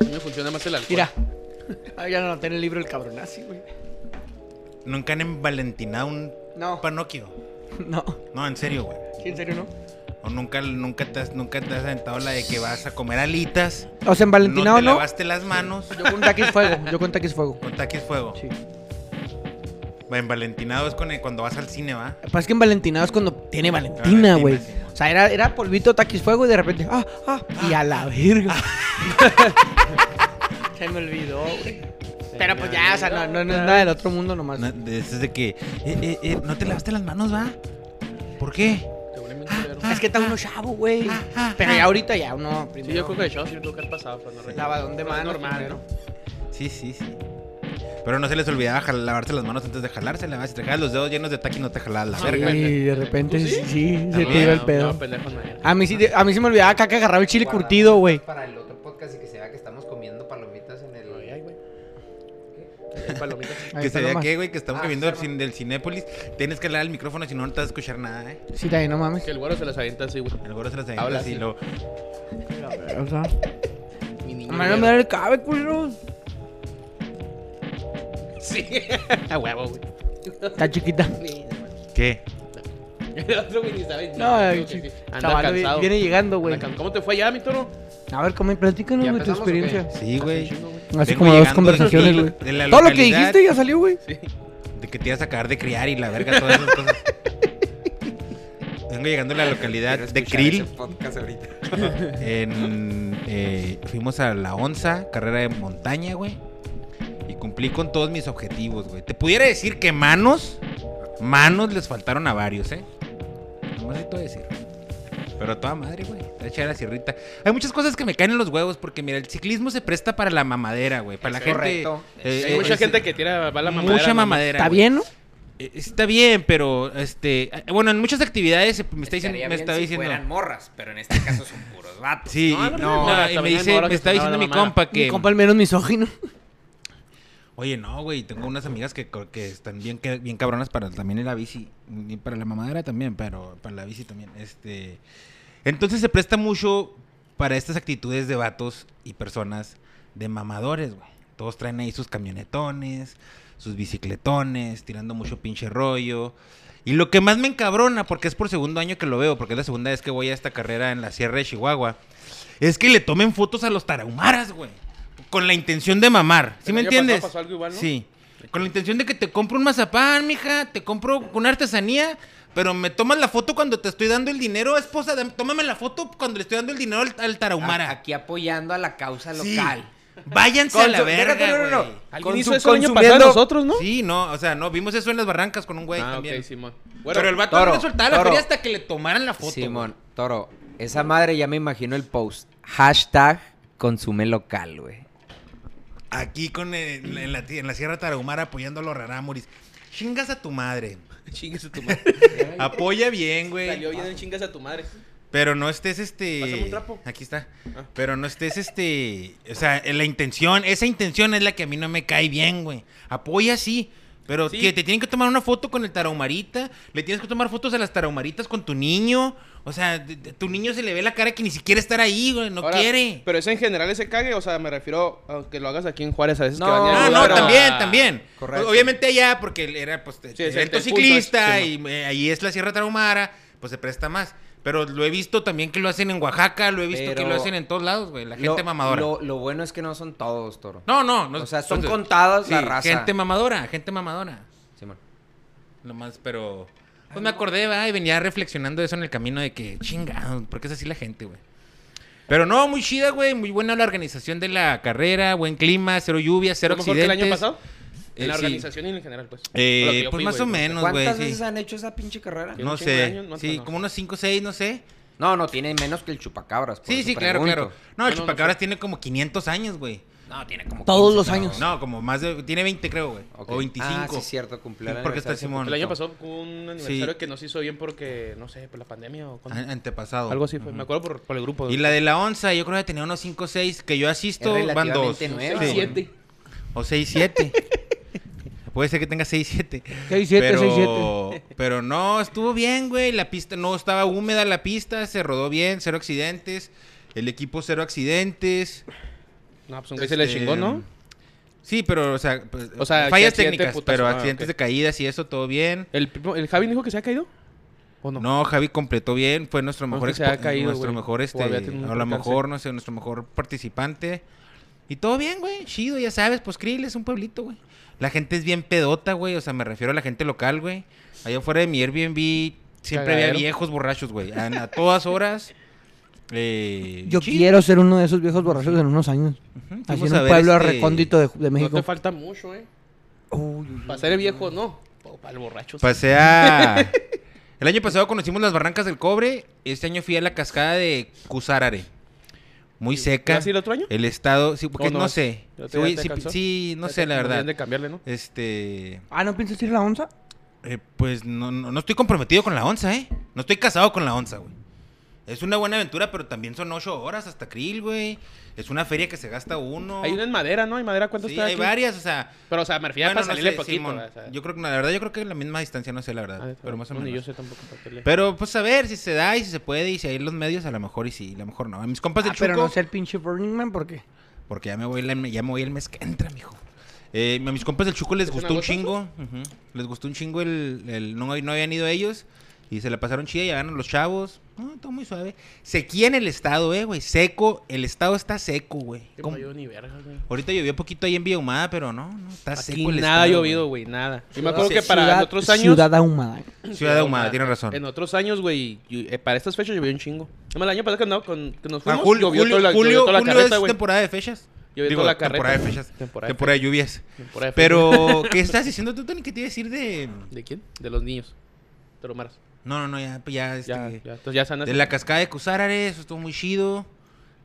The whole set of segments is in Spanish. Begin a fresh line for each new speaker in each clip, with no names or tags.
A mí me funciona más el alcohol.
Mira. Ah, ya no tiene el libro el cabronazi, güey.
Nunca han envalentinado un
No.
Panocchio.
No.
No, en serio, güey.
Sí, en serio no.
O nunca, nunca, te has, nunca te has aventado la de que vas a comer alitas.
O sea, en
no
Valentinado
te
no.
lavaste las manos.
Yo con taquis fuego. Yo con taquis fuego.
Con taquis fuego.
Sí.
En Valentinado es con el- cuando vas al cine, ¿va?
Pasa que en Valentinado es cuando tiene Valentina,
Valentina,
güey.
sí.
O sea, era, era polvito, taquis fuego y de repente. ¡Ah, ah! Y a la verga. Se me olvidó, güey. Pero pues ya, o sea, no, no, no es nada del otro mundo nomás.
No, de- es de que, eh, eh, eh, ¿no te lavaste las manos, va? ¿Por qué?
Te huele bien culero.
Es que está uno chavo, güey. Pero ya ahorita ya uno
Sí, yo
primero.
creo que yo sí me tuvo que haber pasado, pero no recuerdo.
Lavadón de
No es
manos
normal,
primero.
¿no?
Sí, sí, sí. Pero no se les olvidaba jal- lavarse las manos antes de jalársela, ¿va? Si te jalabas los dedos llenos de taqui, no te jalabas la
Sí,
verga.
Y de repente
¿Tú sí?
sí, sí, se
No,
te iba el
no,
pedo.
No, pendejo, no era.
A mí sí, a mí sí me olvidaba acá que agarraba el chile
Guardamos
curtido, güey.
Para el otro podcast y que se vea que estamos comiendo palomitas en el.
Ay, ay, güey. Ay, Palomitas.
Ahí
Que
está
se vea
nomás.
que, güey, que estamos
Ah,
viendo el
sí,
cin- del Cinépolis. Tienes que hablar al micrófono, si no, no te vas a escuchar nada, ¿eh?
Sí, también, no mames.
Que el güero se las avienta así, güey.
El gorro se las
Habla
avientas y
así.
lo...
O sea,
Mi niño.
hermano, me da el cabe, culeros.
Sí. A huevo, güey.
Está chiquita.
¿Qué?
El otro, güey, ni sabe.
No,
creo
ay,
que
sí.
sí. Anda
Chaval, vi-
cansado.
viene llegando, güey.
Anda can- ¿Cómo te fue allá, mi toro?
A ver, come, platícanos,
¿Ya
güey, tu
empezamos o
experiencia.
Sí, güey.
Hace un chingo, güey.
Hace
Vengo
como dos
llegando
conversaciones,
de-
güey.
de la
Todo lo que
localidad.
dijiste ya salió, güey.
Sí.
De que te ibas a acabar de criar y la verga, todas esas cosas. Vengo llegando a la localidad
Quiero
de
escuchar
Krill.
ese podcast ahorita.
En, eh, fuimos a la onza, carrera de montaña, güey. Y cumplí con todos mis objetivos, güey. Te pudiera decir que manos, manos les faltaron a varios, ¿eh? Nomás así te voy a decir. Pero a toda madre, güey. Está hecha la sierrita. Hay muchas cosas que me caen en los huevos porque, mira, el ciclismo se presta para la mamadera, güey. Para la gente.
Correcto.
eh,
Hay
eh,
mucha
es-
gente que tira bala mamadera.
Mucha
mamá.
mamadera.
Está
güey.
bien, ¿no?
Eh, Está bien, pero este, eh, bueno, en muchas actividades eh, me está diciendo,
Estaría
me
bien
está
si
diciendo,
fueran morras, pero en este caso son puros vatos.
sí,
No,
no,
no, no, no,
y
también
me
hay
dice,
morras
me
que
está
se
diciendo mi
lavan la
compa
Mi
que,
compa al menos misógino.
oye, no, güey, tengo unas amigas que, co- que están bien, que- bien cabronas para también la bici, y para la mamadera también, pero para la bici también, este, entonces se presta mucho para estas actitudes de vatos y personas de mamadores, güey. Todos traen ahí sus camionetones, sus bicicletones, tirando mucho pinche rollo. Y lo que más me encabrona, porque es por segundo año que lo veo, porque es la segunda vez que voy a esta carrera en la Sierra de Chihuahua, es que le tomen fotos a los tarahumaras, güey. Con la intención de mamar. ¿Sí
El
me
año
entiendes?
pasado pasó algo igual, ¿no?
Sí. Con la intención de que te compro un mazapán, mija, te compro una artesanía, pero me tomas la foto cuando te estoy dando el dinero, esposa, dame- tómame la foto cuando le estoy dando el dinero al, al tarahumara.
A- Aquí apoyando a la causa
Sí.
local.
Váyanse a
Con
la
su- déjate,
verga,
no, no, no.
güey.
Alguien
Con
hizo
su-
eso el año
consumiendo-
pasado a nosotros, ¿no?
Sí, no, o sea, no, vimos eso en las barrancas con un güey
Ah,
también.
ok, Simón.
pero el vato
Toro,
no le soltaba la
Toro.
feria hasta que le tomaran la foto.
Simón, Toro, esa madre ya me imagino el post. Hashtag consume local, güey.
güey. Aquí con el- en, la, en la Sierra Tarahumara apoyando a los rarámuris. Chingas a tu madre.
Chingas a tu madre.
Apoya bien,
Salió
güey.
bien en chingas a tu madre.
Pero no estés
Pásame
este.
un trapo.
Aquí está.
Ah.
Pero no estés este. O sea, la intención, esa intención es la que a mí no me cae bien, güey. Apoya sí. Pero
Sí.
que te tienen que tomar una foto con el tarahumarita, le tienes que tomar fotos a las tarahumaritas con tu niño. O sea, de- de- tu niño se le ve la cara que ni siquiera estar ahí, güey, no
Ahora,
quiere.
Pero eso en general ese cague, o sea, me refiero a que lo hagas aquí en Juárez a veces
No,
que van y
Ah,
ayudan
no,
a-
también, también.
Correcto.
Obviamente allá, porque era pues
sí, el-
evento
el punto
ciclista
es- sí,
y eh, ahí es la Sierra Tarahumara, pues se presta más. Pero lo he visto también que lo hacen en Oaxaca, lo he visto que
Pero-
lo hacen en todos lados, güey. La gente
Lo-
mamadora.
Lo, lo bueno es que no son todos, Toro.
No, no, no.
o sea, son
entonces,
contadas la
sí,
raza.
Gente mamadora, gente mamadora.
Simón.
Nomás, pero. Pues me acordé, va, y venía reflexionando eso en el camino de que, chingado, porque es así la gente, güey. Pero no, muy chida, güey. Muy buena la organización de la carrera, buen clima, cero lluvia, cero
¿Fue mejor que el
accidentes.
año pasado?
Eh,
En la
sí.
organización y en general, pues.
Eh,
Por lo que yo
pues
fui,
más
güey,
o
no sé.
menos, güey.
¿Cuántas
sí.
veces han hecho esa pinche carrera?
Tiene
No
un chingo de
sé.
años, no, pues
sí,
no.
como unos 5 o 6, no sé.
No, no, tiene menos que el chupacabras. por
Sí,
eso
sí, claro,
pregunto.
claro.
No,
No, el
no, no
chupacabras
sé.
tiene como 500 años, güey.
No, tiene como.
Todos
15,
los
pero-
años.
No, como más de. Tiene 20, creo, güey.
Ok.
O 25.
Ah, sí, es cierto, cumplió el
Sí, porque está
aniversario.
Simón.
El año pasado hubo un aniversario que no se hizo bien porque, no sé, por la pandemia o con-
An- Antepasado.
algo así fue.
Ujú.
Me acuerdo por, por el grupo.
ah, Y la de la onza, yo creo que tenía unos 5 o 6 que yo asisto,
Es
van dos.
relativamente nueva,
Sí.
güey.
Siete.
O 6, 7. Puede ser que tenga 6, 7.
6, 7, 6, 7.
Pero no, estuvo bien, güey. La pista no estaba húmeda, la pista se rodó bien, cero accidentes. El equipo, cero accidentes.
No, pues un güey se
Este,
le chingó, ¿no?
Sí, pero, o sea, pues,
O sea,
fallas
que accidente,
técnicas,
putazo.
pero
Ah,
accidentes
ok.
de caídas y eso, todo bien.
¿El, primo- ¿El Javi dijo que se ha caído? ¿O no?
No. Javi completó bien, fue nuestro
No,
mejor
que se haya
expo-
caído,
nuestro
güey.
mejor
O
este,
había tenido un
a lo
percance.
mejor, no sé, nuestro mejor participante. Y todo bien, güey, chido, ya sabes, pues Krill es un pueblito, güey. La gente es bien pedota, güey, o sea, me refiero a la gente local, güey. Allá afuera de mi Airbnb siempre había
Cagadero.
viejos borrachos, güey, a, a todas horas. Eh,
Yo
chido.
quiero ser uno de esos viejos borrachos en unos años.
Ujú,
Así
fuimos
en
a
un
ver,
pueblo
este,
recóndito de, de
No
México.
te falta mucho, ¿eh?
Uy, uy, uy.
Para ser el viejo, no. O para el borracho. sí.
Pasé a... El año pasado conocimos las Barrancas del Cobre. Este año fui a la cascada de Cusárare. Muy seca.
¿No has ido el otro año?
El estado... Sí, porque
¿O no?
no sé.
¿Ya te-
Sí,
ya te
sí,
cansó?
sí, Eh, no
Ya
sé,
te-
la
deberían
verdad.
de cambiarle, ¿no?
Este...
Ah, ¿no piensas ir a la onza?
eh, pues no, no, no estoy comprometido con la onza, ¿eh? No estoy casado con la onza, güey. Es una buena aventura, pero también son ocho horas hasta Krill, güey. Es una feria que se gasta uno.
Hay una en madera, ¿no? ¿Hay madera cuánto
Sí,
está
hay
aquí?
varias, o sea...
Pero, o sea, me refiero
bueno,
para
no
salirle
sé,
poquito.
Simón.
o sea.
Yo creo que, la verdad, yo creo que la misma distancia, no sé, la
Ah,
verdad.
está
Pero
bien.
más o
No,
menos.
Ni yo sé tampoco para qué le-
Pero pues a ver si se da y si se puede y si hay los medios, a lo mejor y sí, a lo mejor no. A mis compas del
Ah, pero
Chuco,
no ser pinche Burning Man porque...
porque ya me voy la- ya me voy el mes que entra, mijo. Eh, a mis compas del Chuco les
¿Es
gustó
en
un
agosto
chingo, ujú, les gustó un chingo el, el- no, no habían ido ellos y se la pasaron chida, llegaron los chavos, no, todo muy suave. Sequía en el estado, eh, güey, seco, el estado está seco, güey.
Que
¿Cómo?
no llovió ni verga, güey.
Ahorita llovió poquito ahí en Villahumada, pero no, no, está
Aquí
seco el
nada ha
estado,
llovido, güey, nada. Yo me acuerdo
Sí,
que para
Ciudad-
otros años.
Ciudad ahumada.
Ciudad de Humada, tienes razón.
En otros años, güey, y- eh, para estas fechas llovió un chingo. No, el año pasado que, andaba con, que nos
Ah,
fuimos,
julio,
llovió
julio,
toda la, llovió
julio,
toda la
julio
carreta,
es
güey.
temporada de fechas.
Llovió
Digo,
toda la carreta.
temporada de fechas.
Temporada de
temporada de lluvias.
Temporada de
Pero, ¿qué estás diciendo tú, Tony? ¿Qué te iba a decir de.?
fechas. ¿De quién? De los niños. De los maras.
No, no, no, ya, ya, este.
Ya, ya. Entonces ya sanas.
De la cascada de Cusárare, eso estuvo muy chido.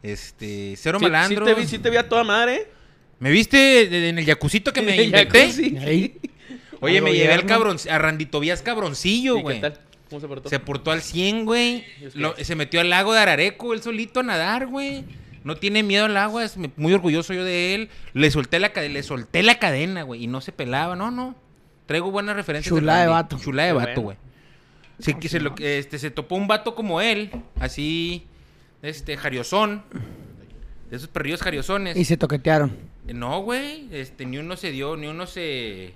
Este, cero
Sí-
malandro.
Sí, te vi, sí te vi a toda madre. ¿eh?
¿Me viste en el yacucito que me
Ya,
inventé?
sí.
Ahí.
Oye,
Al
me llevé al
gobierno.
cabrón, a Randito Vías cabroncillo,
¿Y qué
güey.
tal? ¿Cómo se portó?
Se portó al 100, güey.
Dios
Lo-
mío.
Se metió al lago de Arareco, él solito a nadar, güey. No tiene miedo al agua, es me- muy orgulloso yo de él. Le solté la, cade- le solté la cadena, güey, y no se pelaba. No, no. Traigo buenas referencias.
Chulada de
Randy.
vato.
Chulada
Qué
de vato,
bueno.
güey. Se, que se, lo- este, se topó un vato como él, así, este, jariosón. De esos perrillos jariosones.
Y se toquetearon.
No, güey. Este, ni uno se dio, ni uno se.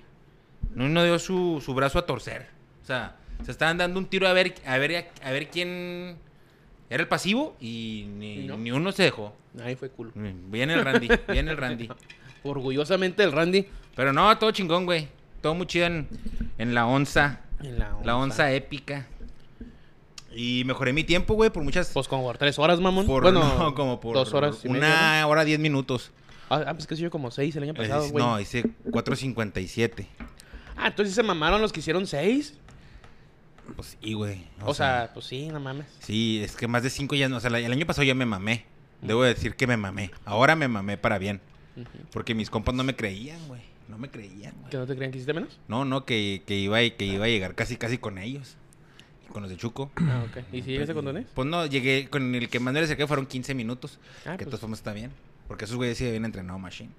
Ni uno dio su, su brazo a torcer. O sea, se estaban dando un tiro a ver, a ver, a ver quién era el pasivo y ni,
¿Y no?
ni uno se dejó.
Ahí fue culo.
Viene el Randy, viene el Randy.
Orgullosamente el Randy.
Pero no, todo chingón, güey. Todo muy chido en, en la onza.
En la
La onza épica. Y mejoré mi tiempo, güey, por muchas.
Pues como por tres horas, mamón.
por-
bueno,
no, como por
dos horas. y
una
media,
hora diez minutos.
¿no? Ah, ah, pues que hice yo como seis el año pasado,
Eh,
güey.
no, hice 4.57.
Ah, entonces se mamaron los que hicieron seis.
Pues sí, güey.
O, sea, pues sí, no mames.
Sí, es que más de cinco ya no. O sea, la- el año pasado ya me mamé. Debo decir que me mamé. Ahora me mamé para bien. Porque mis compas no me creían, güey. No me creían, güey.
¿Que no te creían que hiciste menos?
No, no, que, que iba, y- que iba a llegar casi, casi con ellos. Y Con los de Chuco.
Ah, ok. ¿Y si llegaste con dones?
Pues no, llegué con el que más me le saqué fueron 15 minutos.
Ah,
que
pues.
todos fuimos está bien. Porque esos güeyes sí habían entrenado Machine.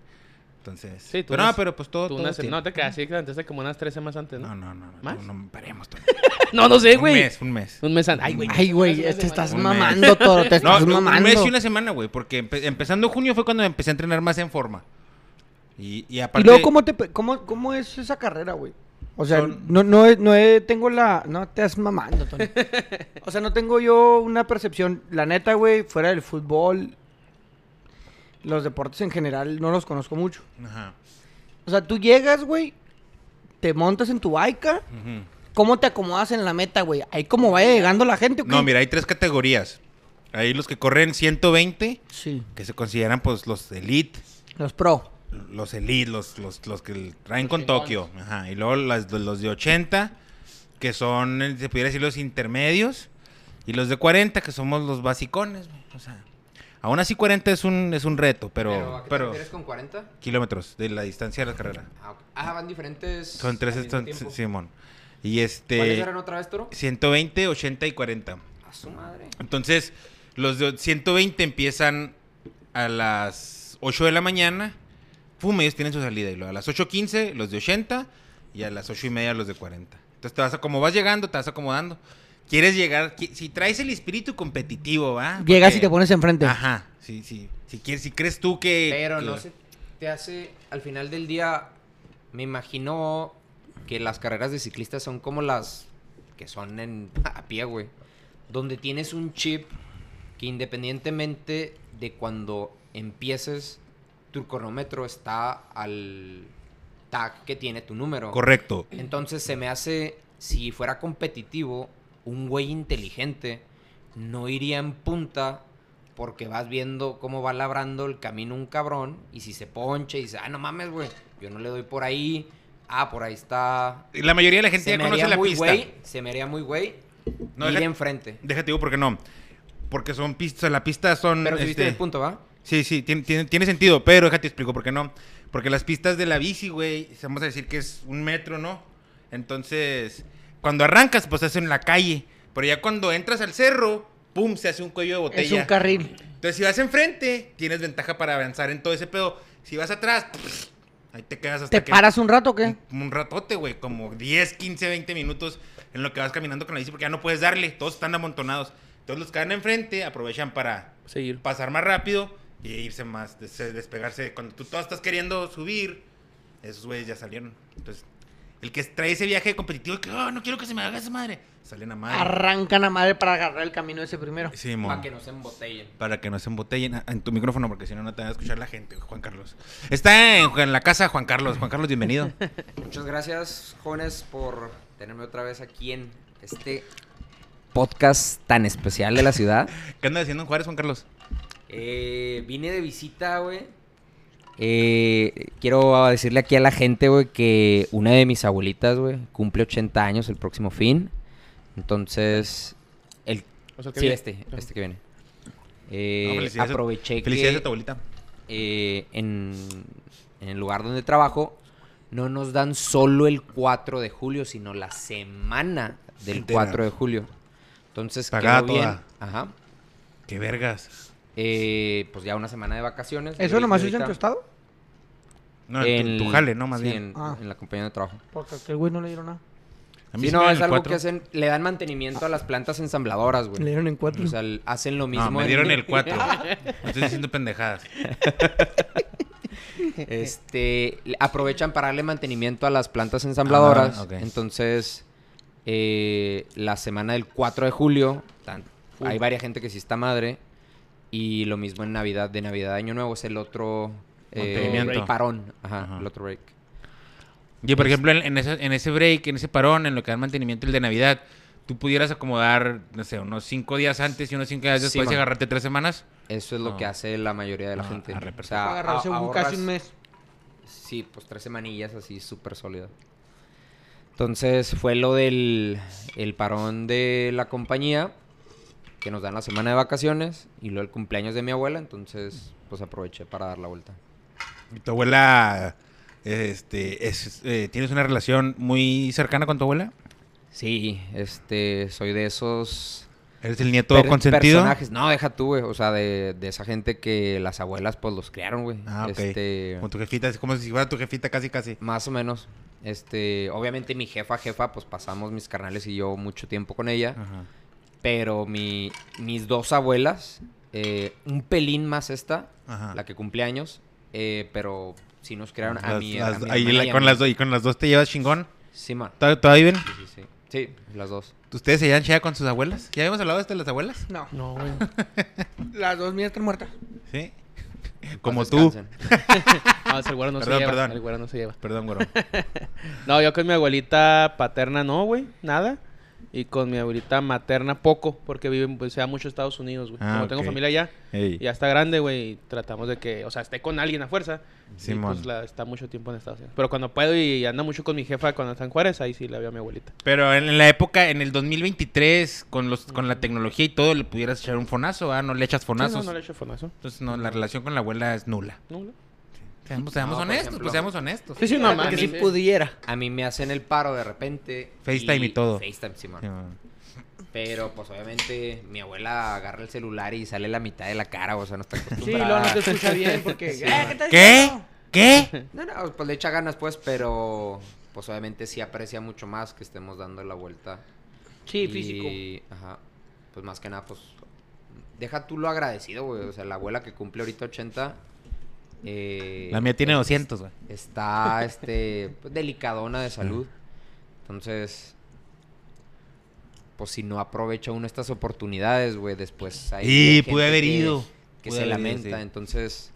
Entonces.
Sí, tú
pero
unas-
no, pero pues todo.
Tú
todo
naces,
tiene-
no, te quedas así, que antes de como unas tres semanas antes,
no,
¿no?
no, no. no,
¿Más?
No, paremos. Tony.
No, no sé,
un
güey.
mes, un mes.
Un mes antes. Ay, güey.
Ay, güey,
Hace
te
una
estás
semana.
mamando, Toro, te
No,
estás
un
mamando.
mes y una semana, güey, porque empe- empezando junio fue cuando empecé a entrenar más en forma. Y, y
¿Y
aparte...
luego cómo, te, pe- cómo, cómo es esa carrera, güey? O sea,
Son-
no, no, he- no he- tengo la... No te estás mamando, Tony. O sea, no tengo yo una percepción. La neta, güey, fuera del fútbol, los deportes en general no los conozco mucho.
Ajá.
O sea, tú llegas, güey, te montas en tu baica.
ujú.
¿Cómo te acomodas en la meta, güey? Ahí como vaya llegando la gente, ¿o qué?
No, mira, hay tres categorías. Hay los que corren 120,
Sí,
que se consideran pues los elite,
los pro.
los elite, los, los, los que traen
Los
con
chingones.
Tokio. Ajá. Y luego las- los de 80, que son, eh, se pudiera decir, los intermedios. Y los de 40, que somos los basicones, güey. O sea, aún así 40 es un, es un reto, pero... pero
con 40?
kilómetros de la distancia de la carrera.
Ah, van diferentes.
Son tres, son- Simón. Y
¿Cuáles
este,
eran otra vez, Toro?
120, 80 y 40.
A su madre.
Entonces, los de 120 empiezan a las 8 de la mañana. Fum, ellos tienen su salida. Y luego a las 8.15 los de 80 y a las 8 y media los de 40. Entonces, te vas a, como vas llegando, te vas acomodando. Quieres llegar, qui- si traes el espíritu competitivo,
Llegas
¿va? Ah, Porque-
y te pones enfrente.
Ajá, sí, sí. Si quieres, si crees tú que.
Pero
que-
no se te hace, al final del día, me imagino que las carreras de ciclistas son como las que son en, a pie, güey. Donde tienes un chip que independientemente de cuando empieces, tu cronómetro está al tag que tiene tu número.
Correcto.
Entonces se me hace, si fuera competitivo, un güey inteligente no iría en punta porque vas viendo cómo va labrando el camino un cabrón y si se ponche y dice, ah, no mames, güey, yo no le doy por ahí, ah, por ahí está...
La mayoría de la gente
Se
ya
me
conoce
haría
la
muy
pista.
güey, se me haría muy güey
No,
ir
deja-
enfrente.
Déjate digo porque no. Porque son pistas, la pista son.
Pero si viste
este,
el punto, ¿va?
Sí, sí, tiene, tiene, tiene sentido, pero déjate explico por qué no. Porque las pistas de la bici, güey, vamos a decir que es un metro, ¿no? Entonces, cuando arrancas, pues es en la calle. Pero ya cuando entras al cerro, pum, se hace un cuello de botella.
Es un carril.
Entonces, si vas enfrente, tienes ventaja para avanzar en todo ese pedo. Si vas atrás, pues, ahí te quedas hasta
¿Te
que...
paras un rato o qué?
Un, un ratote, güey, como 10, 15, 20 minutos en lo que vas caminando con la bici porque ya no puedes darle, todos están amontonados. Entonces los que van enfrente aprovechan para
Seguir.
pasar más rápido y irse más, des- despegarse. Cuando tú todos estás queriendo subir, esos güeyes ya salieron. Entonces, el que trae ese viaje competitivo, que "Ah, no quiero que se me haga esa madre, salen a madre.
Arrancan a madre para agarrar el camino ese primero.
Sí, mon.
Para que no se embotellen.
Para que no se embotellen ah, en tu micrófono, porque si no, no te van a escuchar la gente, Juan Carlos. Está en, en la casa Juan Carlos. Juan Carlos, bienvenido.
Muchas gracias, jóvenes, por tenerme otra vez aquí en este podcast tan especial de la ciudad.
¿Qué andas haciendo en Juárez, Juan Carlos?
Eh, vine de visita, güey. Eh, quiero decirle aquí a la gente, güey, que una de mis abuelitas, güey, cumple 80 años el próximo fin. Entonces, el...
O sea, que
sí,
bien.
este,
Ajá.
este que viene. Eh,
No, felicidades a-
aproveché
Felicidades a
que
tu abuelita.
eh, en, en el lugar donde trabajo no nos dan solo el 4 de julio, sino la semana del
Entera.
4 de julio. Entonces, quedó
Pagada
bien.
toda.
Ajá.
Qué vergas.
Eh, pues ya una semana de vacaciones. Yo
¿Eso
dije
nomás es en
ahorita-
tu estado?
No, en tu,
en-
tu jale, ¿no? Más
sí,
bien.
En,
Ah.
en la compañía de trabajo.
Porque aquel güey no le dieron nada.
A mí
Sí,
sí me
no,
dan
es
el
algo
cuatro.
que hacen, le dan mantenimiento a las plantas ensambladoras, güey.
Le dieron en cuatro.
O sea, l- hacen lo mismo.
No, me
en-
dieron el 4. Estoy diciendo pendejadas.
Este, le- aprovechan para darle mantenimiento a las plantas ensambladoras.
Ah, ok.
Entonces, eh, la semana del 4 de julio, tan-
Full.
hay varias gente que sí está madre. Y lo mismo en Navidad, de Navidad a Año Nuevo es el otro eh,
Mantenimiento.
parón. Ajá,
Ajá.
el otro break.
Y
Pues-
por ejemplo, en, en ese, en ese break, en ese parón, en lo que dan mantenimiento el de Navidad, tú pudieras acomodar, no sé, unos 5 días antes y unos 5 días
Sí,
después y
man.
agarrarte 3 semanas.
Eso es lo
Ah.
que hace la mayoría de la
Ah,
gente.
arre, perfecto.
a-
agarrarse un- casi
ahorras-
un mes.
Sí, pues tres semanillas así súper sólidas. Entonces fue lo del el parón de la compañía, que nos dan la semana de vacaciones y luego el cumpleaños de mi abuela, entonces pues aproveché para dar la vuelta.
Y tu abuela, este, es, eh, ¿tienes una relación muy cercana con tu abuela?
Sí, este, soy de esos
¿Eres el nieto
per-
consentido?
personajes. No, deja tú, güey, o sea, de, de esa gente que las abuelas pues los criaron, güey.
Ah, ok.
Este,
Con tu jefita, es como si fuera tu jefita casi, casi.
Más o menos. Este, obviamente mi jefa, jefa, pues pasamos mis carnales y yo mucho tiempo con ella.
Ajá.
Pero mi, mis dos abuelas, eh, un pelín más esta,
Ajá.
la que cumple años, eh, pero sí nos crearon a
Las-
mí. a
las-
mi
ahí
hermana
la-
y a
con
mí.
las dos, y con las dos te llevas chingón.
Sí, man.
¿Tod- ¿Todavía viven?
Sí, sí, sí. Sí, las dos.
¿Ustedes se llevan chida con sus abuelas? ¿Ya habíamos hablado de esto de las abuelas?
No.
No, güey.
Las dos mías están muertas.
Sí. Como
Paz
tú.
descansen.
No, ese güero no
Perdón,
se lleva.
perdón.
Ah, El güero no se lleva.
Perdón, güero.
No, yo con mi abuelita paterna no, güey, nada. Y con mi abuelita materna poco, porque vive, pues, sea mucho Estados Unidos, güey.
Ah,
Como tengo
ok.
familia allá,
Ey.
ya está grande, güey, y tratamos de que, o sea, esté con alguien a fuerza. Sí,
Simón.
pues la, está mucho tiempo en Estados Unidos. Pero cuando puedo y anda mucho con mi jefa cuando está en Juárez, ahí sí la veo a mi abuelita.
Pero en la época, en el 2023, con los con la tecnología y todo, le pudieras echar un fonazo, ¿ah? No le echas
Sí, no,
fonazos.
no le echo fonazo.
Entonces, no, la relación con la abuela es nula.
No, no.
Seamos, seamos
No, por
honestos,
ejemplo.
pues seamos honestos.
Sí, sí, no, mames.
si
Sí.
pudiera.
A mí me hacen el paro de repente.
FaceTime y todo.
FaceTime, sí, man.
Simón.
Pero, pues, obviamente, mi abuela agarra el celular y sale la mitad de la cara, o sea, no está
Sí,
acostumbrada.
luego no te escucha bien porque. "Eh, ¿qué tal?
¿Qué? ¿Qué?
No, no, pues le echa ganas, pues, pero pues obviamente sí aprecia mucho más que estemos dando la vuelta.
Sí, físico.
Y, ajá, pues más que nada, pues deja tú lo agradecido, güey. O sea, la abuela que cumple ahorita 80. eh,
La mía tiene 200, güey.
Está, este, pues, delicadona de salud. Entonces, pues si no aprovecha uno estas oportunidades, güey, después hay
Y
gente
pude haber
que-
ido.
Que
Pude
se
haber ido,
lamenta.
sí.
Entonces,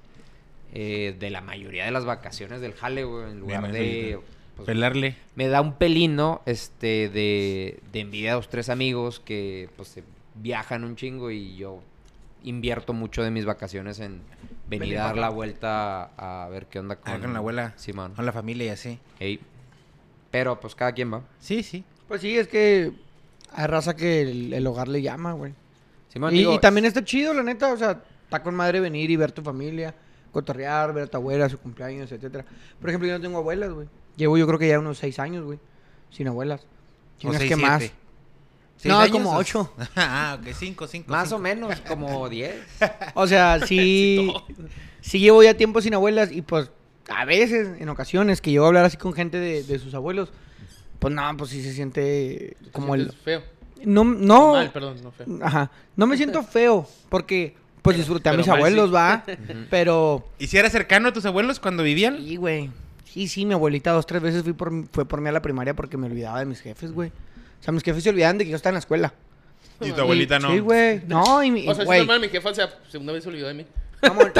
eh, de la mayoría de las vacaciones del jale, güey, en lugar
Bien,
de...
ahorita.
pues,
Pelarle.
me da un pelín, ¿no? Este, de, de envidia a los tres amigos que, pues, se viajan un chingo y yo invierto mucho de mis vacaciones en venir
Venir
a dar
para
la
acá.
vuelta a ver qué onda
Ah, con la abuela.
Simón.
Con la familia y así.
Ey. Pero, pues, cada quien va.
Sí, sí.
Pues sí, es que hay raza que el, el hogar le llama, güey.
Simón,
y,
digo,
y también está chido, la neta. O sea, está con madre venir y ver tu familia, cotorrear, ver a tu abuela, su cumpleaños, etcétera. Por ejemplo, yo no tengo abuelas, güey. Llevo yo creo que ya unos seis años, güey, sin abuelas. Tienes
seis,
que más.
siete.
No,
¿Seis
como
años?
ocho.
ah, ok, cinco, cinco.
Más
cinco.
o menos, como 10.
O sea, sí, sí llevo ya tiempo sin abuelas y pues a veces, en ocasiones, que llego a hablar así con gente de, de sus abuelos, pues no, pues sí se siente como el...
Es feo.
No, no,
Mal, perdón, no feo.
ajá, no me siento feo porque pues disfruté a
pero
mis
mal sí.
abuelos, va, pero...
¿Y si eras cercano a tus abuelos cuando vivían?
Sí, güey. Sí, sí, mi abuelita dos, tres veces fui por, fue por mí a la primaria porque me olvidaba de mis jefes, güey. O sea, mis jefes se olvidaban de que yo estaba en la escuela.
Y tu abuelita
Y-
no.
Sí, güey. No, y mi...
O sea, es
güey,
normal, mi jefa, o sea, segunda vez se olvidó de mí.
mamón,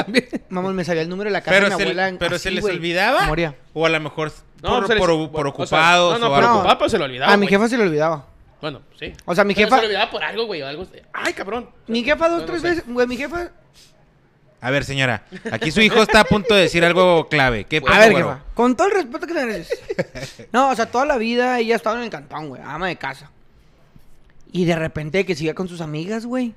mamón, me sabía el número de la casa de
Pero
mi
se,
abuela. en-
pero se
así,
les
güey,
olvidaba.
memoria.
O a lo mejor por,
se les-
por-
o-
por
o sea, no,
ocupados.
no,
o
por
algo.
No.
ocupado, pero se lo olvidaba.
a mi
güey.
jefa se le olvidaba.
Bueno, sí.
O sea, mi
Pero
jefa-
Se lo olvidaba por algo, güey, o algo. Ay, cabrón.
Mi jefa
No,
dos,
no
pues
tres
sé.
veces... Güey, mi jefa...
A ver, señora. Aquí su hijo está a punto de decir algo clave. ¿Qué
A
pasó,
ver,
güero?
jefa, con todo el respeto que te mereces. No, o sea, toda la vida ella estaba en el cantón, güey, ama de casa. Y de repente que siga con sus amigas, güey.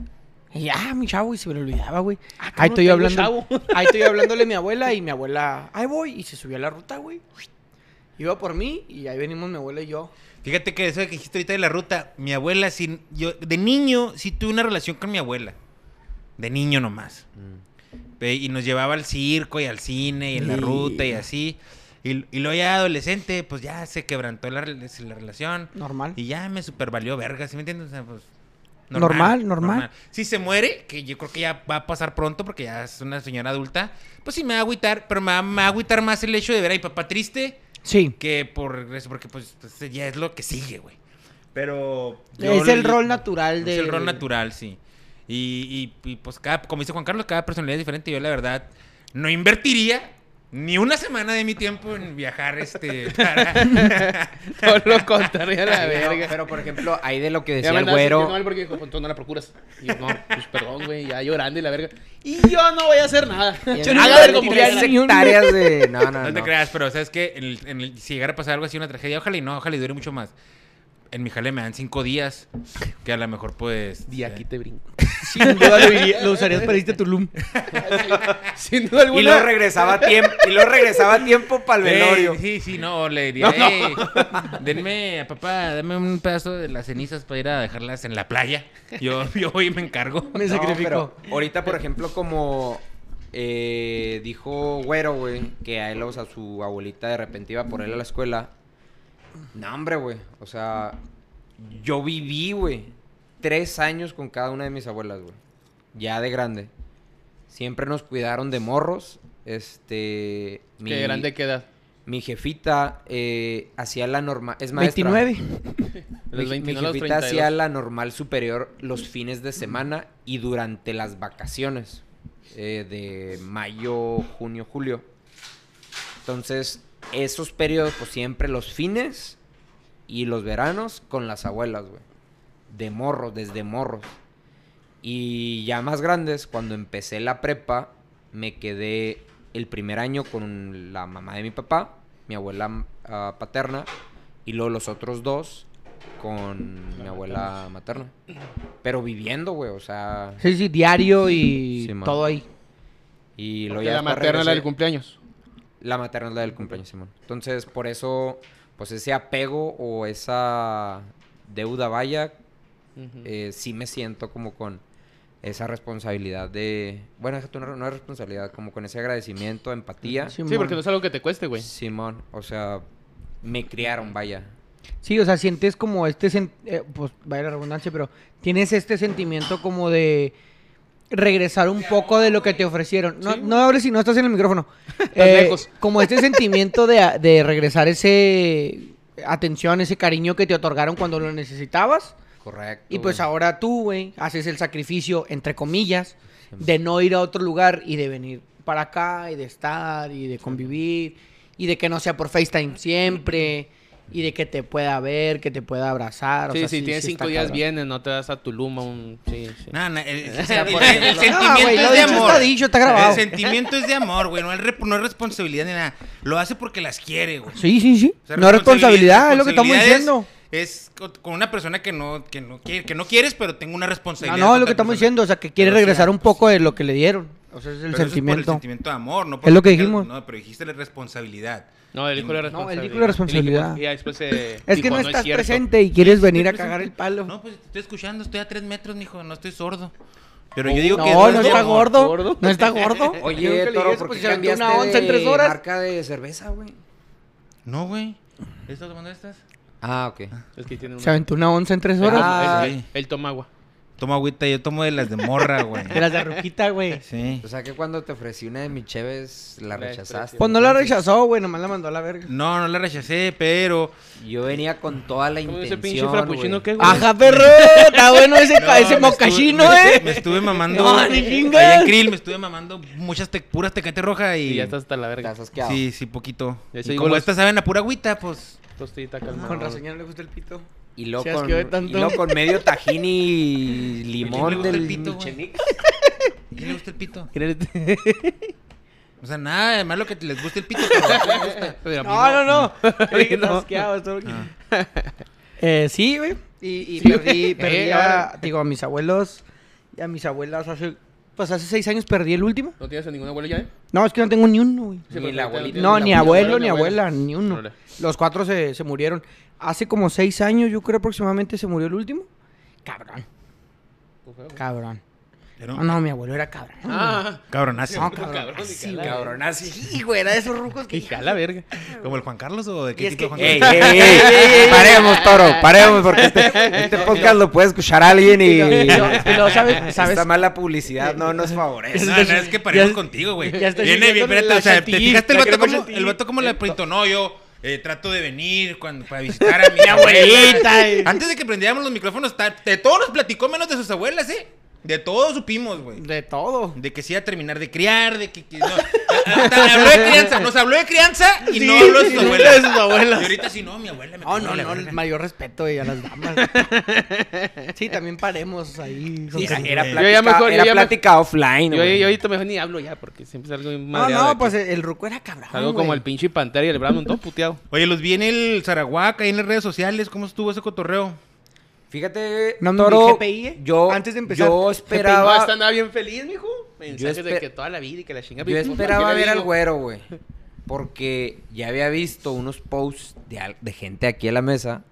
Y ya, mi chavo, y se me lo olvidaba, güey. ahí
cabrón,
estoy yo
tengo
hablando.
chavo.
Ahí estoy yo hablándole a mi abuela y mi abuela, ahí voy, y se subió a la ruta, güey. Iba por mí y ahí venimos mi abuela y yo.
Fíjate que eso que dijiste ahorita de la ruta, mi abuela, sin, yo de niño sí tuve una relación con mi abuela. De niño nomás. Ve, Y nos llevaba al circo y al cine y en la
Mm. Sí.
ruta y así. Y, y luego ya adolescente, pues ya se quebrantó la, rel- la relación.
Normal.
Y ya me supervalió verga, ¿sí me entiendes? O sea, pues,
Normal, normal.
Si se muere, que yo creo que ya va a pasar pronto porque ya es una señora adulta, pues sí me va a agüitar, pero me va, me va a agüitar más el hecho de ver a mi papá triste
Sí.
que por regreso, porque pues pues, ya es lo que sigue, güey. Pero... yo
Es
lo-
el rol natural de.
Es el rol natural, sí. Y, y- y, pues cada, como dice Juan Carlos, cada personalidad es diferente. Yo la verdad no invertiría ni una semana de mi tiempo en viajar este para...
Todo lo contrario a la
pero,
verga.
pero, por ejemplo, ahí de lo que
Ya
decía
me
el
andaba sintiendo
güero.
mal porque dijo, "Pues, tú no la procuras. Y yo, no, pues perdón, güey, ya llorando y la verga. Y yo no voy a hacer nada.
y
Yo
en
no
lugar
voy a
de
ver como
tres
quiera.
hectáreas de. No, no, no.
No te creas, pero sabes que si llegara a pasar algo así, una tragedia, ojalá y no, ojalá y dure mucho más. En mi jale me dan cinco días, que a lo mejor pues...
Y aquí
eh,
te brinco.
Sin duda lo, iría- lo usarías para irte a Tulum.
Sin duda alguna.
Y luego regresaba a tiempo, y luego regresaba a tiempo para el
"Ey,
velorio.
sí, sí, no, le diría, "Ey, denme, papá, dame un pedazo de las cenizas para ir a dejarlas en la playa. Yo, yo hoy me encargo.
Me
No,
sacrificó.
pero ahorita, por ejemplo, como eh, dijo Güero, güey, que a él, o sea, su abuelita de repente iba por él a la escuela. No, hombre, güey. O sea, yo viví, güey, tres años con cada una de mis abuelas, güey. Ya de grande. Siempre nos cuidaron de morros. Este. Mi,
Qué grande queda.
mi jefita eh, hacía la norma. Es maestra.
29.
Los
Mi-
29 a
mi
los
jefita hacía
32.
la normal superior los fines de semana y durante las vacaciones eh, de mayo, junio, julio. Entonces, esos periodos, pues siempre los fines y los veranos con las abuelas, güey. De morros, desde morros. Y ya más grandes, cuando empecé la prepa, me quedé el primer año con la mamá de mi papá, mi abuela ah, paterna, y luego los otros dos con mi abuela materna. Pero viviendo, güey, o sea.
Sí, sí, diario y
Sí, man.
todo ahí.
Y lo
Porque la materna la del cumpleaños.
La materna es la del cumpleaños, Simón. Entonces, por eso, pues ese apego o esa deuda vaya,
Ujú.
eh, sí me siento como con esa responsabilidad de. Bueno, déjate una, una responsabilidad, como con ese agradecimiento, empatía.
sí, porque
man.
no es algo que te cueste, güey.
pues.
Simón, o sea, me criaron, vaya.
Sí, o sea, sientes como este, sen- eh, pues vaya la redundancia, pero tienes este sentimiento como de, regresar un poco de lo que te ofrecieron. No, no hables si no estás en el micrófono.
Estás lejos.
Como este sentimiento de, de regresar ese atención, ese cariño que te otorgaron cuando lo necesitabas.
Correcto.
Y pues
güey.
ahora tú, güey, haces el sacrificio, entre comillas, de no ir a otro lugar y de venir para acá y de estar y de convivir y de que no sea por FaceTime siempre y de que te pueda ver, que te pueda abrazar. o
Sí,
sea,
si tienes
sí está
cinco días
cabrón.
vienes, no te das a Tulum a un... Sí, sí.
No, eh, no, el, el- el-
por
el- el
ejemplo.
Ah,
sentimiento
güey,
es
lo
de
dicho
amor.
está dicho, está grabado.
El sentimiento es de amor, güey. No, es rep- no es responsabilidad ni nada. Lo hace porque las quiere, güey.
Sí, sí, sí.
O sea,
no es responsabilidad, es lo que estamos
responsabilidad es-
diciendo.
Es, co- con una persona que no, que no quiere- que no quieres, pero tengo una
No,
responsabilidad.
no, es
con
lo que
otra
estamos
persona.
diciendo, o sea, que quiere
Pero, o sea,
regresar un poco de lo que le dieron. O sea, es el
pero eso es por el
sentimiento.
sentimiento de amor, no
Es lo que
porque-
dijimos.
No, pero dijiste la responsabilidad.
No, el hijo de la
No,
responsabilidad.
el hijo de la
El
responsabilidad.
hijo- y ya después se
Es que
dijo,
no estás
cierto".
presente y quieres venir a
Estoy
cagar el
presente.
palo.
No, pues te estoy escuchando, estoy a tres metros, mijo, no estoy sordo. Pero yo digo
Oh, no,
que.
no,
es de
está
amor.
gordo,
gordo.
No está gordo. ah, Yo creo que
Oye,
le
Toro,
digas,
¿por
pues,
qué
se aventó
cambiaste
una onza en tres
de
horas.
marca de cerveza, güey?
No, güey. ¿Estás tomando estas?
Ah, ok.
Es que tiene
Se
una...
aventó una once en tres horas.
Ah,
Él, él toma agua.
Toma agüita, yo tomo de las de morra, güey.
De las de Arrujita, güey.
Sí.
O sea que cuando te ofrecí una de mis cheves, la
La
rechazaste.
Pues no la rechazó, güey, nomás la mandó a la verga.
No, no la rechacé, pero.
Yo venía con toda la
¿Cómo
intención,
ese pinche frappuccino
güey.
qué, güey?
Ajá, perro. Está bueno ese,
No,
ca- ese
me
mocachino,
estuve- me-
eh.
Me estuve mamando.
No, ni chingas.
Allá en Krill me estuve mamando muchas te- puras tecate roja y.
Y ya estás hasta la verga.
Estás asqueado.
Sí, sí, poquito.
Ya se
Y
digo
como
las-
estas saben a pura agüita, pues.
Tostita calmada.
Con razón ya no le gusta el pito.
Y luego,
Se
con,
asqueó de tanto.
y luego con medio tajín y
¿Y
limón
le gusta el
del
pito, güey?
Michelin.
Ah,
¿A quién le gusta el pito?
Créete.
O sea, nada, además lo que les gusta el pito. pero a mí me gusta.
Pero a mí
No, no, no. Oye,
No.
tasqueado, esto-
Ah.
Eh, sí, güey. Y, y
Sí,
perdí,
güey.
perdí
Eh,
a,
ahora-
digo, a mis abuelos y a mis abuelas hace, pues hace seis años perdí el último.
¿No tienes a ningún abuelo ya, eh?
No, es que no tengo ni uno, güey.
Sí,
Ni
pero ahorita
la abuelita,
tienes
No,
la
ni
abuela,
abuelo, ni abuela, ni uno.
Órale.
Los cuatro se, se murieron. Hace como seis años, yo creo aproximadamente, se murió el último. Cabrón, cabrón.
Pero-
No, no, mi abuelo era cabrón. güey.
Ah,
Cabronazo.
no, cabrón.
cabrón,
sí,
y
güey.
cala, cabrón.
Sí, güey, era de esos rucos que...
Y jala, verga.
¿Como el Juan Carlos o de qué
Y es
tipo de Juan
que-
Ey,
Carlos?
ey, ey, ey, paremos, toro, paremos, porque este, este podcast lo puede escuchar alguien y.
Y lo- y lo- y lo- ¿sabes- sabes?
Esta mala publicidad no nos favorece.
No, no, es que paremos contigo, güey.
ya estás
Viene bien,
diciendo
espérate, o sea, ¿te
chantilly,
fijaste el
la
vato
crema
como,
chantilly.
el vato como le pintó? No, yo eh, trato de venir cuando, para visitar a mi
abuelita, eh.
Antes de que prendiéramos los micrófonos, ta- de todos nos platicó menos de sus abuelas, ¿eh? De todos supimos, güey.
De todo.
De que se iba a terminar de criar, de que... que no. Hasta habló de crianza, nos habló de crianza y no
Sí,
habló de
sí,
sus
no
abuelas.
de sus abuelas.
Y ahorita sí, no, mi abuela me
No,
come
no,
la
no,
verga.
el mayor respeto güey, a las damas. Sí, también paremos ahí. con
Sí,
cariño.
era, era
Yo
plática,
ya mejor- yo ya
era
me-
plática offline,
Yo,
güey.
yo ahorita mejor ni hablo ya, porque siempre salgo bien
no,
madreado de
no,
aquí.
pues el el ruco era cabrón.
Salgo como
güey.
el pinche Pantera y el Brandon todo puteado.
Oye, los vi en el Zaraguaca, ahí en las redes sociales. ¿Cómo estuvo ese cotorreo?
Fíjate,
No, mi
Toro,
GPI, ¿eh?
yo,
Antes de empezar,
yo
No,
esperaba,
esta andaba bien feliz, mijo. Mensajes
Yo
de
espe-
que toda la vida y que la chinga.
yo
pues, ¿por qué
esperaba
le
ver
digo?
al güero, güey, porque ya había visto unos posts de, al- de gente aquí en la mesa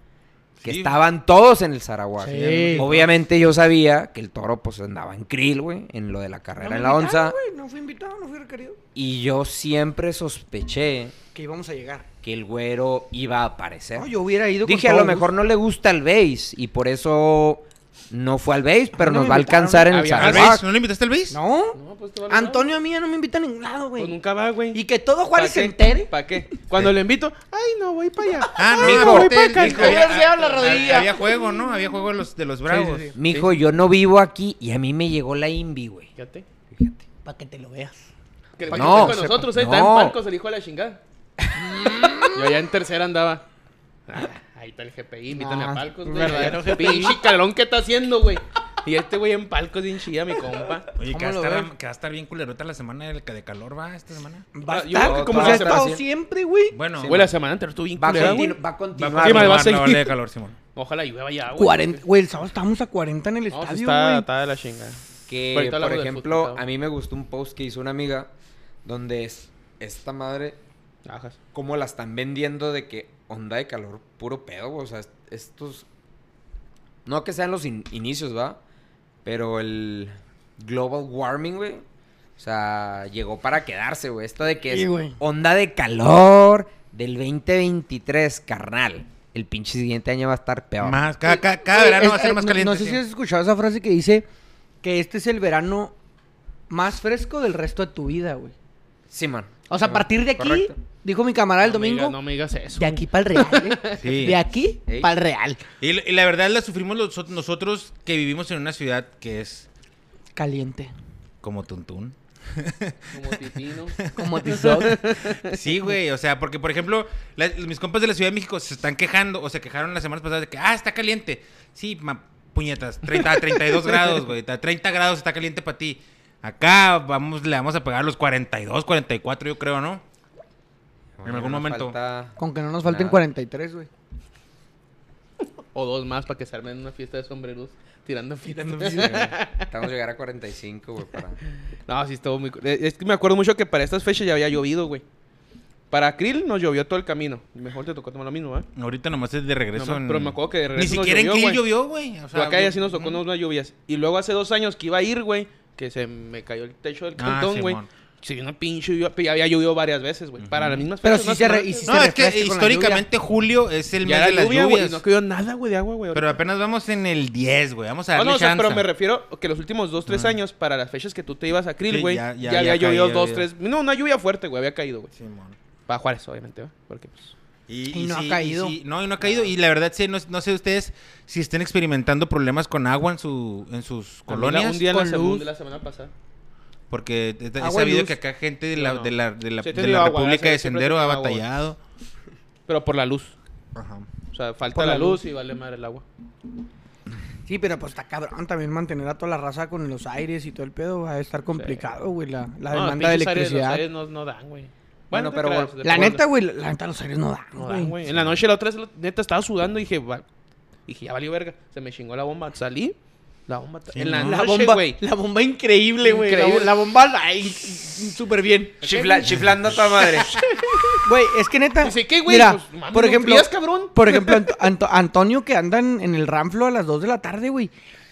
que
Sí.
estaban todos en el Zaraguaco.
Sí.
Obviamente yo sabía que el Toro pues andaba en krill, güey, en lo de la
No
carrera
me
en la onza.
invitaron, güey, No fui invitado, no fui requerido.
Y yo siempre sospeché
Que íbamos a llegar.
que el güero iba a aparecer.
No, yo hubiera ido con
Dije, a
todo
lo
gusto.
mejor no le gusta el base y por eso no fue al base, pero
no
nos
me
va a
invitaron.
alcanzar en el
Había-
¿Al
Ah,
Beis?
Zaragoza.
¿No le invitaste al Beis?
No.
No, pues te vale
Antonio a mí ya no me invita a ningún lado,
madre. Pues
güey.
nunca va, güey.
Y que todo Juárez se
¿Para qué?
entere.
¿Para qué? Cuando lo invito, ay, no, voy para allá.
Ah, no,
Ay,
no,
voy
aparte,
para
dijo,
Cancún.
había-
Había la
había-
rodilla.
Había juego, ¿no? Había juego de los, de los bravos.
sí, sí.
Mijo, yo no vivo aquí y a mí me llegó la Invi, güey.
Fíjate.
Para que te lo veas.
Que el
No,
Paco está
sepa-
con nosotros, eh,
no.
está en palcos el hijo de la chingada. Yo allá en tercera andaba. Ah, ahí está el GPI, invítame
Ah,
a palcos, güey.
verdadero GPI.
Pinche calón que está haciendo, güey. Y este güey en palcos bien chilla, mi compa.
Oye, que
¿Cómo
va, a
lo
estar,
ves?
que va a estar bien culerota la semana del- de calor, ¿va? Esta semana.
Va a
Ah, yo
estar,
creo que
como
todo
se ha
va a ser
estado
así.
siempre, güey.
Bueno,
Güey, la semana anterior estuvo bien
Va, a
culera, güey.
continu- va
va
a
a
continuar.
Sí, madre,
continuar
va a
la
seguir.
ola de calor, Simón.
Ojalá llueva ya, güey.
40, güey, el sábado estábamos a 40 en
No,
el
sí
estadio,
está,
güey.
está de la chingada.
Que,
Ahorita
por
hablamos del
ejemplo,
fútbol,
a mí me gustó un post que hizo una amiga donde es esta madre,
Ajas.
cómo la están vendiendo de que onda de calor puro pedo, güey. O sea, est- estos... No que sean los in- inicios, ¿va? Pero el global warming, güey. O sea, llegó para quedarse, güey. Esto de que
Sí,
es
güey.
onda de calor del 2023, carnal. El pinche siguiente año va a estar peor.
Más, cada, cada, cada
Güey,
verano
es-
va a ser
eh,
más
no-
caliente.
No sé
sí.
si has escuchado esa frase que dice que este es el verano más fresco del resto de tu vida, güey.
Sí, man.
O sea,
Sí, man.
a partir de aquí,
Correcto.
dijo mi camarada el
No me
domingo,
digas- no me digas eso.
de aquí para el real, ¿eh?
Sí.
De aquí
Ey.
para el real.
Y, la- y la verdad la sufrimos los- nosotros que vivimos en una ciudad que es
Caliente.
como Tuntún.
Como pipino.
Como Tizoc.
Sí, güey, o sea, porque por ejemplo, la- mis compas de la Ciudad de México se están quejando o se quejaron las semanas pasadas de que, ah, está caliente. Sí, ma- puñetas, 30, a 32 grados, güey, a 30 grados está caliente para ti. Acá vamos, le vamos a pegar los 42, 44, yo creo, ¿no? En algún
nos
momento.
falta-
Con que no nos falten
Nada.
43, güey.
O dos más para que se armen una fiesta de sombreros tirando fiesta.
Estamos a llegar a 45, güey, para...
No, sí, estuvo muy... cu- eh, Es que me acuerdo mucho que para estas fechas ya había llovido, güey. Para Krill nos llovió todo el camino. Mejor te tocó tomar lo mismo, ¿eh?
Ahorita nomás es de regreso.
No,
en-
pero me acuerdo que de
Ni
regreso nos
siquiera en
llovió,
Kill
güey.
llovió, güey. O
Pero acá ya sí nos tocó
no.
unas lluvias. Y luego hace dos años que iba a ir, güey, que se me cayó el techo del
Ah,
cantón, güey.
Simón.
Se vino una pinche lluvia, pero ya había llovido varias veces, güey. Para las mismas
Pero
fechas.
sí
¿no?
se re-
Semanas
y sí
antes.
se
No, es que
refresca con la
históricamente julio es
Ya
el mes de
era
las
lluvia, güey.
lluvias.
y No cayó nada, güey, de agua, güey.
Pero apenas vamos en el 10, güey. Vamos a
Ah,
darle
no, o sea,
chance. Ah.
pero me refiero que los últimos dos, tres años, para las fechas que tú te ibas a Krill,
Sí,
güey,
ya-
ya,
ya- ya
había llovido
caía,
dos,
ya.
tres... No, una lluvia fuerte, güey, había caído, güey.
Simón.
Para Juárez, obviamente, ¿va? Porque, pues...
Y,
Y no ha
sí,
caído.
sí, no, y no ha caído. Y la verdad, sí, no, no sé ustedes si estén experimentando problemas con agua en, su, en sus colonias.
Un día en la,
con
segun-
luz.
de la semana pasada.
Porque he- he
Agua y
sabido
luz.
que acá gente de la,
No, no.
de la, de la,
Sí, he
de
tenido
la
agua,
República
siempre-
de
siempre he
Sendero ha
tenido agua.
batallado.
Pero por la luz.
Ajá.
O sea, falta
Por
la,
la
luz y vale madre el agua.
Sí, pero pues está cabrón también mantener a toda la raza con los aires y todo el pedo. Va a estar complicado, güey, la, la
No, los
demanda de
pinches aires-
electricidad.
los aires no, no dan, güey.
Bueno,
te
pero
creas,
bueno,
de
la
acuerdo.
neta, güey, la neta, los aires no dan,
No dan,
güey.
güey. En la noche la otra vez, la- neta, estaba sudando y dije, va- dije, ya valió verga. Se me chingó la bomba. Salí, la bomba... ta-
Sí,
en la
¿no?
La
noche,
bomba,
güey.
la bomba increíble, güey. La,
Increíble.
bo- la bomba ay, súper bien.
Chifla- chiflando a toda madre.
Güey, es que neta.
Dice, ¿qué, güey?
Mira,
Pues, mami,
por
no
ejemplo,
frías, cabrón.
por ejemplo, Anto- Anto- Antonio que andan en el Ramflo a las 2 de la tarde, güey.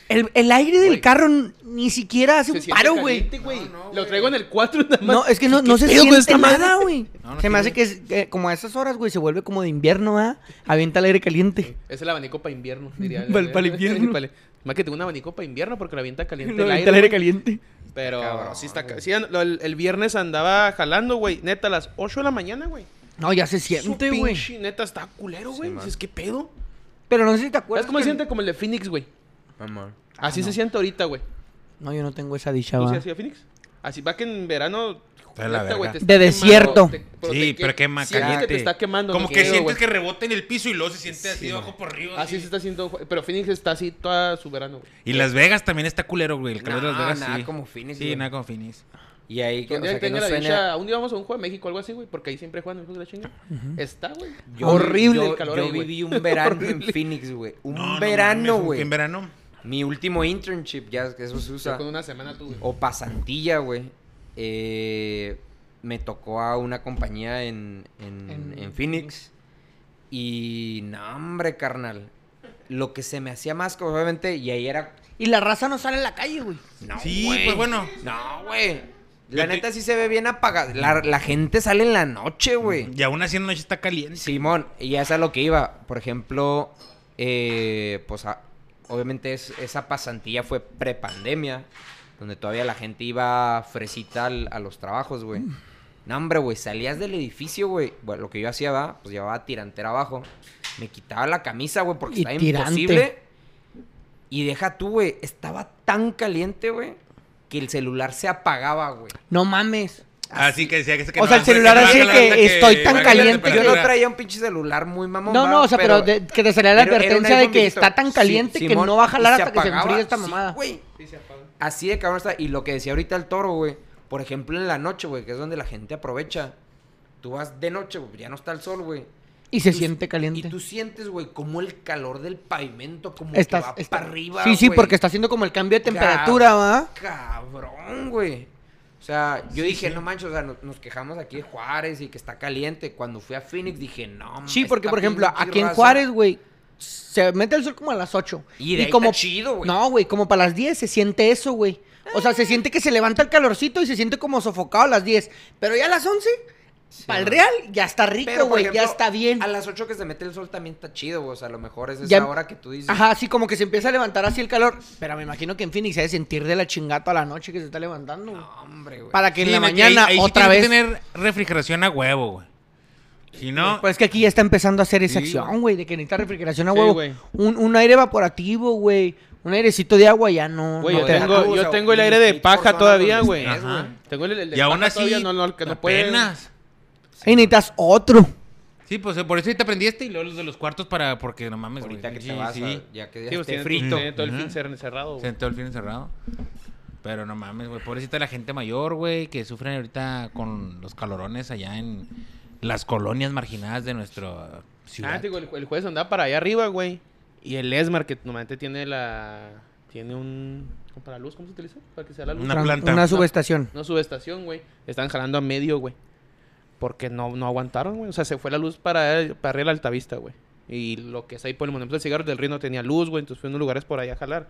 El, el aire del
Güey.
carro n- ni siquiera hace
Se
un
siente
paro, güey.
caliente, güey. Lo traigo en el 4 nada más.
No, es que no,
¿Qué
no se
pedo con
siente
esta madre?
nada, güey.
No, no
se me hace
tiene-
que, es- que como a esas horas, güey, se vuelve como de invierno, ¿ah? Avienta el aire caliente.
Es el abanico para invierno, diría.
Pa'l- pa'l invierno.
Pa'l- Más que tengo un abanico para invierno porque la avienta caliente
No,
el
avienta
aire.
el aire
güey.
caliente.
Pero
Está cabrón,
sí está... ca-
güey.
sí, an- lo- el, el viernes andaba jalando, güey. Neta, a las 8 de la mañana, güey.
No, ya se
Su
siente, güey.
pinche neta está culero, güey.
man.
Dices, ¿qué pedo?
Pero no sé si te acuerdas.
¿Sabes cómo
que-
se siente? Como el de Phoenix, güey.
Mamá.
Así se siente ahorita, güey.
No, yo no tengo esa dicha,
¿Tú
va.
sí hacías Phoenix? Así va que en verano...
Está de la
neta, güey,
verga.
te está
De desierto.
Sí,
te
pero quema
sientes que
caliente.
te está quemando.
Como
no
que
sé,
sientes
güey. Ah,
que rebota en el piso y luego se siente así de abajo por arriba.
Así
así.
se está haciendo... Pero Phoenix está así toda su verano, güey.
Y Las Vegas también está culero, güey. El calor de Las
Nah,
Vegas,
nada
sí.
como Phoenix,
Sí,
güey.
nada como Phoenix.
Y ahí que,
Que
o
un día
sea, que
tenga
no
la
suene-
dicha, un día vamos a un juego de México o algo así, güey, porque ahí siempre juegan los hijos de la chinga. Está, güey.
Yo-
Horrible
yo-
el calor
Yo
ahí, güey.
viví un verano en
Horrible.
Phoenix, güey. Un
No, no, mames,
verano,
como que
güey.
En verano.
Mi último internship, ya que eso se usa.
Con una semana tú, güey.
O pasantilla, güey. Eh, me tocó a una compañía en, en,
En-
en Phoenix. Y no, hombre, carnal. Lo que se me hacía más, obviamente, y ahí era.
Y la raza no sale a la calle, güey.
No,
Sí,
güey.
pues bueno.
No, güey. La
Yo te-
neta sí se ve bien apagada. La, la gente sale en la noche, güey.
Y aún así en la noche está caliente.
Simón, y esa es lo que iba. Por ejemplo, eh, pues a- obviamente es- esa pasantilla fue prepandemia, donde todavía la gente iba fresita al- a los trabajos, güey.
Mm.
No, hombre, güey, salías del edificio, güey. Bueno, lo que yo hacía, va, pues llevaba tirantera abajo. Me quitaba la camisa, güey, porque
Y
estaba
tirante.
imposible. Y deja tú, güey, estaba tan caliente, güey, que el celular se apagaba, güey.
No mames.
Así Ah, que decía que se
O sea, el celular así
baja la-
que
baja la-
estoy tan
baja la
caliente.
Yo no
temperatura.
traía un pinche celular muy mamón.
No,
va,
no, o sea, pero, de- que te salía la
Era- era un
advertencia de
iPhone
que
viejito.
está tan
Sí,
caliente que
Simón,
no va a jalar
y
hasta que se
apagaba.
enfríe esta
Sí,
mamada.
güey.
Sí, se apaga.
Así de cabrón está. Y lo que decía ahorita el toro, güey. Por ejemplo, en la noche, güey, que es donde la gente aprovecha. Tú vas de noche, güey, ya no está el sol, güey.
y se
Tú-
siente caliente.
Y tú sientes, güey, como el calor del pavimento, como
estás,
que va
está-
para arriba,
Sí, sí,
güey.
porque está haciendo como el cambio de temperatura, ¿va?
Cabrón, güey. O sea, yo dije, no manches, o sea, nos, nos quejamos aquí de Juárez y que está caliente. Cuando fui a Phoenix dije, no,
Sí,
esta
porque, por ejemplo,
pinche
aquí en
raza-
Juárez, güey, se mete el sol como a las 8.
Y de ahí
como
está chido, güey. Ah.
No, güey, como para las 10 se siente eso, güey. O sea, se siente que se levanta el calorcito y se siente como sofocado a las 10. Pero ya a las 11 Para el Real ya está rico,
Pero, por
güey, ya
ejemplo,
está bien.
A las 8 que se mete el sol también está chido, güey. O sea, a lo mejor es esa
Ya-
hora que tú dices.
Ajá, así como que se empieza a levantar así el calor. Pero me imagino que en Phoenix se debe sentir de la chingata a la noche que se está levantando. güey.
No, hombre, güey.
Para que en la
de que
mañana
ahí- ahí sí
otra
tienes
vez.
que tener refrigeración a huevo, güey. Si no,
Pues es que aquí ya está empezando a hacer esa
Sí,
acción,
güey.
güey, de que necesita refrigeración a
Sí,
huevo.
güey.
un, un aire evaporativo, güey. Un airecito de agua ya no.
Güey,
no
yo
te da.
tengo- yo tengo el aire de paja todavía, güey.
Ajá.
Tengo el, el de
y aún
paja
así,
todavía, no, no, que no puede-
apenas.
Ahí necesitas otro.
Sí, pues por eso ahí te aprendiste y luego los de los cuartos para, porque no mames,
Ahorita
güey.
que te
Sí,
vas,
sí.
a- ya que
este
ya
Sí, pues,
esté
tiene-
frito.
tiene todo el
Ajá.
fin ser encerrado, güey.
Se todo el fin encerrado. Pero no mames, güey. Pobrecita la gente mayor, güey, que sufren ahorita con los calorones allá en las colonias marginadas de nuestra ciudad.
Ah, te digo, el, el juez andaba para allá arriba, güey. Y el ESMAR, que normalmente tiene la... Tiene un... ¿cómo ¿Para luz? ¿Cómo se utiliza? Para que sea la luz.
Una planta.
Una subestación.
No subestación, güey. Están jalando a medio, güey. Porque no, no aguantaron, güey. O sea, se fue la luz para, para arriba de la altavista, güey. Y lo que es ahí por el monumento del cigarro del río no tenía luz, güey. Entonces fui a unos lugares por allá a jalar.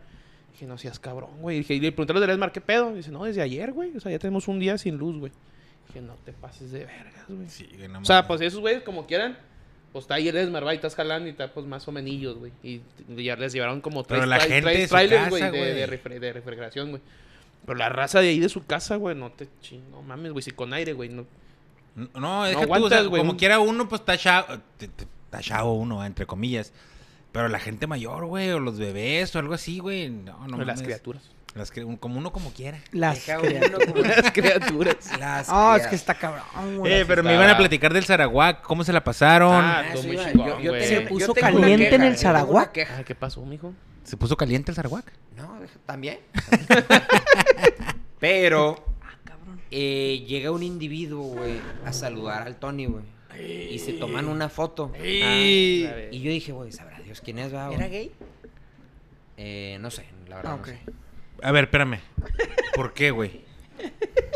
Dije, no seas cabrón, güey. Dije, y le pregunté a los del ESMAR, ¿qué pedo? dice, no, desde ayer, güey. O sea, ya tenemos un día sin luz, güey. Dije, no te pases de vergas, güey.
Sí, güey, no
O sea,
mames.
pues esos güeyes como quieran. Pues está ahí el Esmar, va, y estás jalando y está pues más o menillos, güey. Y t- ya les llevaron como
Pero
tres,
la
tra-
gente
tres
de su
trailers,
casa,
güey, de, de,
güey.
refri- de refrigeración, güey. Pero la raza de ahí de su casa, güey, no te chingo, mames, güey, si con aire, güey. No.
No, es
No
que tú, o sea,
aguantas, güey.
como quiera uno, pues está chavo, te- te- está chavo uno, ah, entre comillas. Pero la gente mayor, güey, o los bebés o algo así, güey. No, no
Pero las
mames.
criaturas.
Las cri- como uno como quiera.
Las
Deja
crea-
uno como-
las criaturas.
Las
Ah, es
crías.
que está cabrón, güey.
Eh, pero me
está
iban a
bravo.
platicar del Sarawak, cómo se la pasaron.
Ah,
Ah,
todo
sí,
muy
iba-
chingón,
yo- yo
güey.
tengo-
Se
yo
puso
tengo una
caliente
queja,
en el
yo tengo una
Sarawak.
queja.
Ay, Ah, ¿qué pasó, mijo?
¿Se puso caliente el Sarawak?
No, deja- también. Pero
Ah,
eh, llega un individuo, güey, a saludar al Tony, güey. Y se toman una foto.
Eh. Y...
Y yo dije, güey, sabrá Dios quién es, va, güey?
¿Era gay?
Eh, no sé, la verdad.
Ah,
no
ok.
sé.
A ver, espérame. ¿Por qué, güey?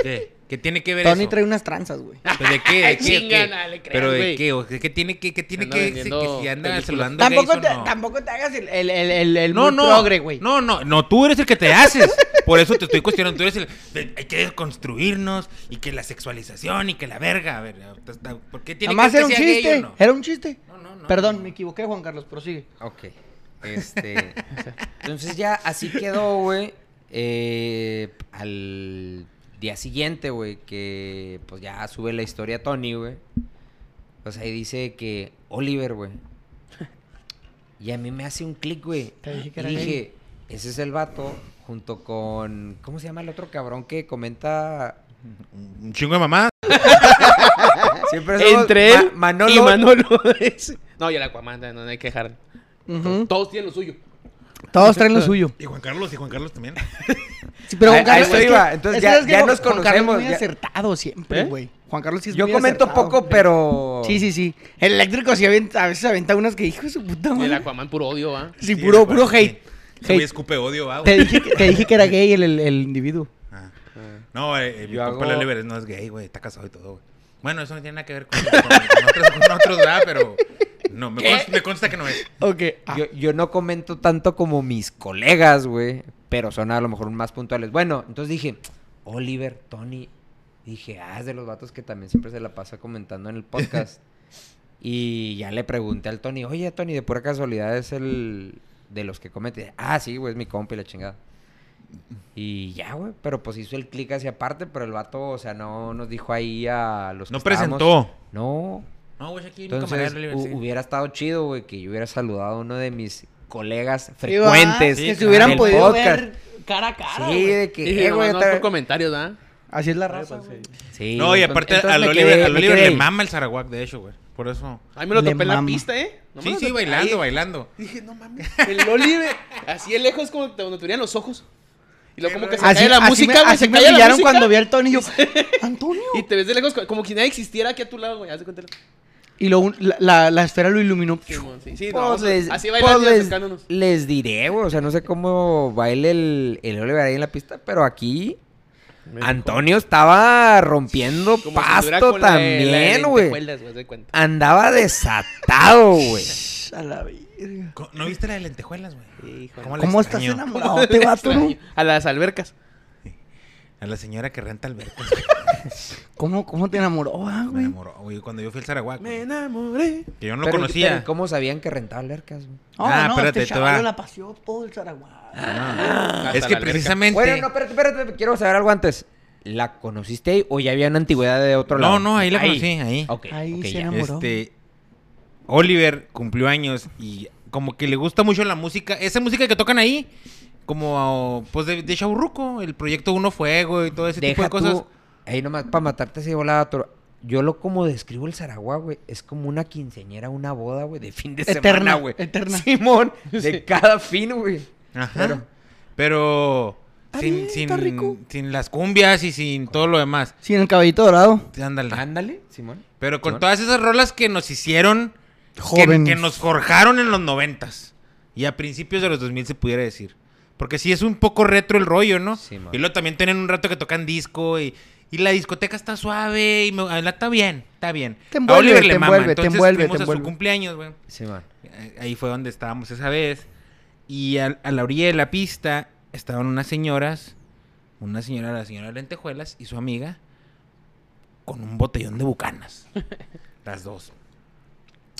¿Qué? ¿Qué tiene que ver
Tony
eso?
trae unas tranzas, güey.
¿Pero ¿De qué? ¿De qué?
Chinga,
¿Qué?
no le creas,
¿Pero de
güey.
qué? ¿O qué, qué tiene que, qué tiene
Anda
que, que
vendiendo
si andan
películas.
saludando
Tampoco
gays
te,
o no?
tampoco te hagas el, el, el, el, el
No,
muy
no,
progre, güey.
no, no, no, tú eres el que te haces. Por eso te estoy cuestionando. Tú eres el. de- hay que desconstruirnos y que la sexualización y que la verga. A ver, ta- ta- ¿por qué tiene
Nada más
que
era
ver
un
que sea gay
chiste.
o no?
Era un chiste.
No, no, no.
Perdón, me equivoqué, Juan Carlos, prosigue.
Ok. Este. entonces ya así quedó, güey. Eh, al día siguiente, güey, que pues ya sube la historia Tony, güey. Pues ahí dice que Oliver, güey. Y a mí me hace un clic, güey.
Te dije que
Y
era gay.
dije, ese es el vato junto con. ¿Cómo se llama el otro cabrón que comenta?
Un chingo de mamá.
Siempre somos
Ah, Entre él
Ma- Manolo.
y Manolo. ese. no, y el Aquaman, no, no hay que dejar.
Ujú.
Todos tienen lo suyo.
Todos traen lo suyo.
Y Juan Carlos, y Juan Carlos también.
Sí, pero Juan
A- a
Carlos
eso
es que-
iba, entonces
es
ya-
¿sabes qué?
ya
Juan-
nos
Juan Carlos es muy
conocemos, ya.
acertado siempre,
¿Eh?
güey. Juan Carlos sí es
Yo
muy
comento
acertado.
poco, pero.
Ah, Sí, sí, sí. El eléctrico sí aventa- a veces aventa unas que dijo su puta
Y el
madre.
Aquaman puro odio, ¿ah?
Sí, puro, puro hate.
Se
Hate.
escupe odio, va,
Te
güey.
dije, que, te dije que era gay el, el- el individuo.
Ah. No, eh, eh, mi
Yo
compa
hago-
el Oliver no es gay, güey. Está casado y todo, güey. Bueno, eso no tiene nada que ver con, con- con otros, con otros, ¿verdad? Pero. No, me, consta, me consta que no es.
Ok. ah,
Yo, yo no comento tanto como mis colegas, güey. Pero son a lo mejor más puntuales. Bueno, entonces dije, Oliver, Tony. Dije, ah, es de los vatos que también siempre se la pasa comentando en el podcast. y ya le pregunté al Tony, oye, Tony, de pura casualidad es el de los que comete. Ah, sí, güey, es mi compa y la chingada. Y ya, güey, pero pues hizo el clic hacia aparte, pero el vato, o sea, no nos dijo ahí a los que
No
estábamos.
presentó.
No,
No, güey, aquí mi
Pues entonces,
camarada Oliver.
hu-
sí.
hubiera estado chido, güey, que yo hubiera saludado a uno de mis colegas
sí, va,
frecuentes.
Que se
claro.
hubieran
del
podido
podcast.
ver cara a cara.
Sí,
güey.
de que,
Sí,
eh,
nomás
güey,
no
otra-
por comentarios, ¿ah?
Así es la raza, güey.
Sí,
No, y
entonces-
aparte
entonces
al
me
Oliver,
quedé-
al
me
Oliver
quedé
le
ahí.
mama el Sarawak, de hecho, güey. Por eso.
Ahí me lo
Le
topé en la
mama.
pista, ¿eh? No me
sí,
lo
sí,
topé.
bailando,
Ahí,
bailando.
Dije, no mames. El Oliver, así de lejos como te- cuando te verían los ojos. Y luego como que se
Así,
cae la
así
música,
me,
güey.
así
Se
me
cae la
humillaron
música.
cuando vi al Tony y yo, Antonio.
Y te ves de lejos co- como que nadie existiera aquí a tu lado, güey. Haz de cuenta.
Y lo un- la, la- la esfera lo iluminó.
Simón, Sí, sí,
Pues
no,
les-
así
pues
bailando y
les-
acercándonos.
Les diré, güey, o sea, no sé cómo baile el, el Oliver ahí en la pista, pero aquí Antonio estaba rompiendo
Como si estuviera
pasto
con la- la-
también,
la-
güey.
lentejuelas, güey, haz de cuenta.
Andaba desatado, güey.
A la verga.
Co- ¿No viste la de lentejuelas, güey?
Híjole.
¿Cómo la
¿Cómo estás
extraño?
enamorado, te vato, no?
Extraño. A las albercas.
A la señora que renta albercas.
¿Cómo, cómo te enamoró, ah,
Me
güey?
enamoró, güey. Cuando yo fui al Zaraguaco.
Me enamoré.
Que yo no lo
Pero-
conocía.
pero ¿Cómo sabían que rentaba albercas, güey?
Ah, espérate, te
este chaval
va.
la paseó todo el Zaraguá.
Hasta
es que
la alberca.
precisamente.
Bueno, no, espérate, espérate, espérate, quiero saber algo antes. ¿La conociste ahí o ya había una antigüedad de otro lado?
no, no, ahí la conocí, ahí.
Ok,
Ahí
ok,
se
ya.
enamoró.
Este, Oliver cumplió años y como que le gusta mucho la música, esa música que tocan ahí, como pues de, de Chaburruco, el proyecto Uno Fuego y todo ese tipo
Deja
de cosas.
tú, ahí nomás, para matarte así de volada, toro. Yo lo como describo el Saragua, güey, es como una quinceñera, una boda, güey, de fin de
Eterna,
semana, güey.
eterna.
Simón, de cada fin, güey.
Ajá.
Pero-
Pero, sin,
bien, Ah, está
sin-
rico.
sin las cumbias y sin todo lo demás.
Sí, en el cabellito dorado.
Sí, Ándale.
Ah,
Ándale, Simón.
Pero con
Simón.
todas esas rolas que nos hicieron, que-
Jóvenes.
Que, nos forjaron en los noventas y a principios de los 2000 se pudiera decir. Porque sí es un poco retro el rollo, ¿no?
Sí, man.
y luego también tienen un rato que tocan disco y, y la discoteca está suave y me- ah, la- está bien, está bien.
Te
A
envuelve,
Oliver
te
le mama,
envuelve, te
entonces
envuelve,
fuimos
te
a
envuelve.
su cumpleaños, güey.
Simón.
Eh, Ahí fue donde estábamos esa vez. Y al- a la orilla de la pista estaban unas señoras, una señora, la señora de lentejuelas y su amiga, con un botellón de bucanas. las dos.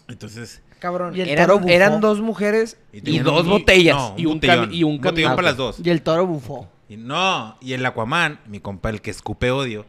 Entonces,
Cabrón,
Y el
eran,
toro bufó.
eran dos mujeres y,
tenían
dos
un-
botellas.
no,
y un
botellón,
cami- y un
botellón
camión. Ah,
para las dos.
Y el toro bufó.
Y no, y el Aquaman, mi compa, el que escupe odio.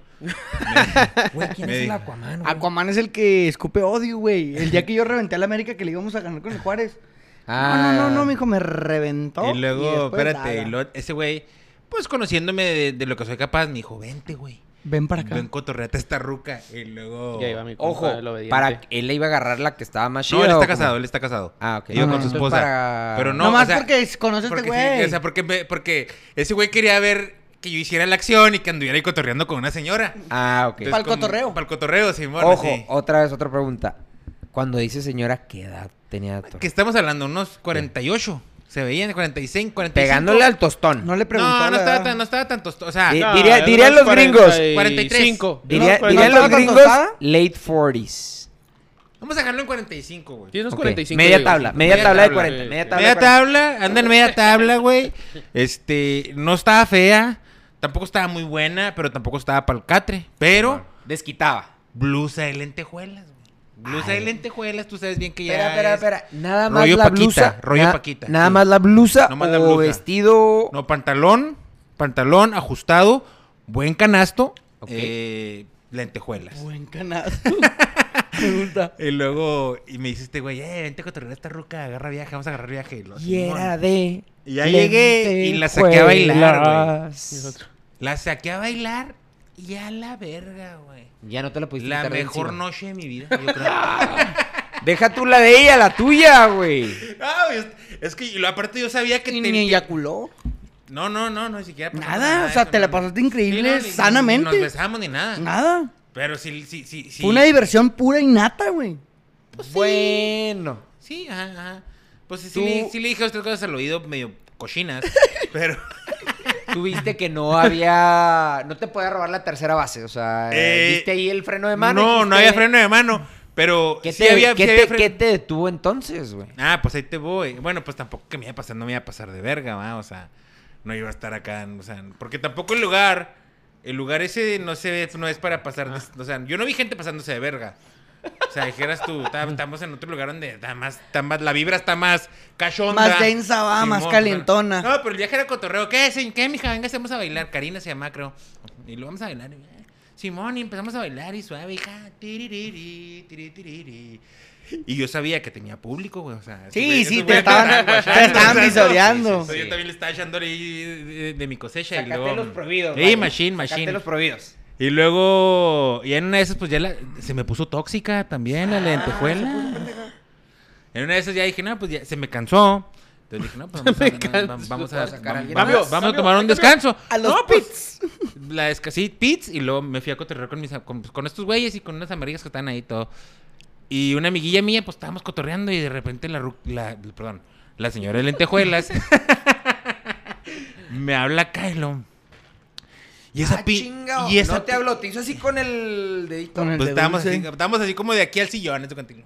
Güey, ¿quién
Me
es el
dijo.
Aquaman, güey?
Aquaman es el que escupe odio, güey. El día que yo reventé a la América que le íbamos a ganar con el Juárez.
Ah.
No, no, no, no, mijo, me reventó.
Y luego,
después
espérate,
nada.
y luego ese güey, pues conociéndome de, de lo que soy capaz, me dijo, vente, güey.
Ven para acá.
Ven cotorreate esta ruca. Y luego.
Y ahí va mi compa,
Ojo,
el obediente.
para él le iba a agarrar la que estaba más chida.
No, él
¿o
está
cómo?
casado, él está casado.
Ah, ok.
Iba
Ah.
con su
Entonces,
esposa.
para-
Pero no,
Nomás
o sea,
porque es- conoce a este
porque sí,
güey.
o sea, porque, me- porque ese güey quería ver que yo hiciera la acción y que anduviera ahí cotorreando con una señora.
Ah, ok.
Pa'l cotorreo.
Para el cotorreo, Simón.
Ojo,
así.
otra vez, otra pregunta. Cuando dice señora, ¿qué edad tenía Toro?
Que estamos hablando, unos 48. Se veían 46, 45.
Pegándole al tostón.
No le preguntó.
No, no
la
estaba
edad.
tan, no estaba tan tosto- O sea,
Sí.
No,
diría-
es
dirían
unos
los gringos,
45.
Diría-
No,
dirían
¿no
los
estaba tan
gringos,
tostada?
late 40s.
vamos a dejarlo en 45, güey.
Tienes
Ok,
45.
Media
digo.
tabla, media
Media
tabla de
tabla,
40.
sí.
Media tabla. de
Media
40.
tabla, anda en media tabla, güey. Este, no estaba fea, tampoco estaba muy buena, pero tampoco estaba para el catre. Pero,
Desquitaba.
blusa de lentejuelas, güey. Blusa de
Ay.
lentejuelas, tú sabes bien que ya.
Espera, espera,
es-
espera. Nada más
Rollo
la
Paquita,
blusa.
rollo
na-
Paquita,
Nada
sí.
más la blusa
Nomás la
o
blusa.
vestido.
No, pantalón, pantalón ajustado, buen canasto,
Ok.
eh, lentejuelas.
Buen canasto. me gusta.
Y luego, y me dice este güey, eh, vente a cotorrear a esta ruca, agarra viaje, vamos a agarrar viaje. Y lo-
Y era
Simón.
de.
Y ya llegué y la saqué a bailar, güey.
lentejuelas.
La saqué a bailar y a la verga, güey.
Ya no te la pudiste
La
quitar de
mejor
encima.
noche de mi vida, yo creo.
Deja tú la de ella, la tuya, güey.
Ah, es, es que y lo- aparte yo sabía que
Y
te- Ah,
ni eyaculó.
No, no, no, no, ni siquiera pasó
Nada, o sea,
eso,
te la
no.
pasaste increíble,
ni- ni-
sanamente.
Ni nos besamos ni nada.
Nada.
Pero sí, sí, sí, sí.
Fue una diversión pura y nata, güey.
Bueno.
Sí, ajá, ajá. Pues sí,
Tú-
sí, le, sí le dije otras cosas al oído medio cochinas, pero...
Tuviste que no había. No te podía robar la tercera base. O sea,
Eh,
viste ahí el freno de mano. y
no, no
dijiste,
había freno de mano, pero
¿Qué
sí
te,
había,
qué
sí
te-
había freno-
qué te detuvo entonces, güey?
Ah, pues ahí te voy. Bueno, pues tampoco que me iba a pasar, no me iba a pasar de verga, va, o sea, no iba a estar acá, o sea, porque tampoco el lugar, el lugar ese no se ve, no es para pasar,
Ah.
de- o sea, yo no vi gente pasándose de verga. O sea, dijeras tú, "Ta- estamos en otro lugar donde está más, está más, la vibra está más cachonda.
Más densa, va, más
o sea,
calientona.
No, pero el viaje era cotorreo. ¿Qué, sí? ¿Qué, mija? Venga, vamos a bailar. Karina se llama, creo. Y lo vamos a bailar. y, ah, Simón, y empezamos a bailar y suave, hija. Tiririri, tiritiriri. Y yo sabía que tenía público, güey. O sea,
Sí,
esos güey-
sí,
esos
te
güeyes
estaban-
guachando,
te estaban
o sea,
pisoreando.
sí, sí, sí. Yo también le estaba echando ahí de, de mi cosecha. y luego, Sí,
vaya.
machine, machine.
Sacaste los prohibidos.
Y luego, y en una de esas, pues ya la- se me puso tóxica también la lentejuela. En una de esas ya dije, no, pues ya se me cansó. Entonces dije, no, pues vamos,
me
a, va- va-
cansó.
vamos a,
Sacar a alguien
vamos-
más.
vamos a
Cambio,
tomar un
cambio.
descanso.
A los
no, pues. La descasí, pits, y luego me fui a cotorrear con, mis, con, con estos güeyes y con unas amigas que estaban ahí y todo. Y una amiguilla mía, pues estábamos cotorreando y de repente la, ru- la perdón, la señora de lentejuelas me habla Kylo. Y esa
Ah,
pi-
chingao.
y esa
No te habló, te hizo así con el dedito.
Con el
pues
de
estábamos
dulce.
así, estábamos así como de aquí al sillón, eso contigo.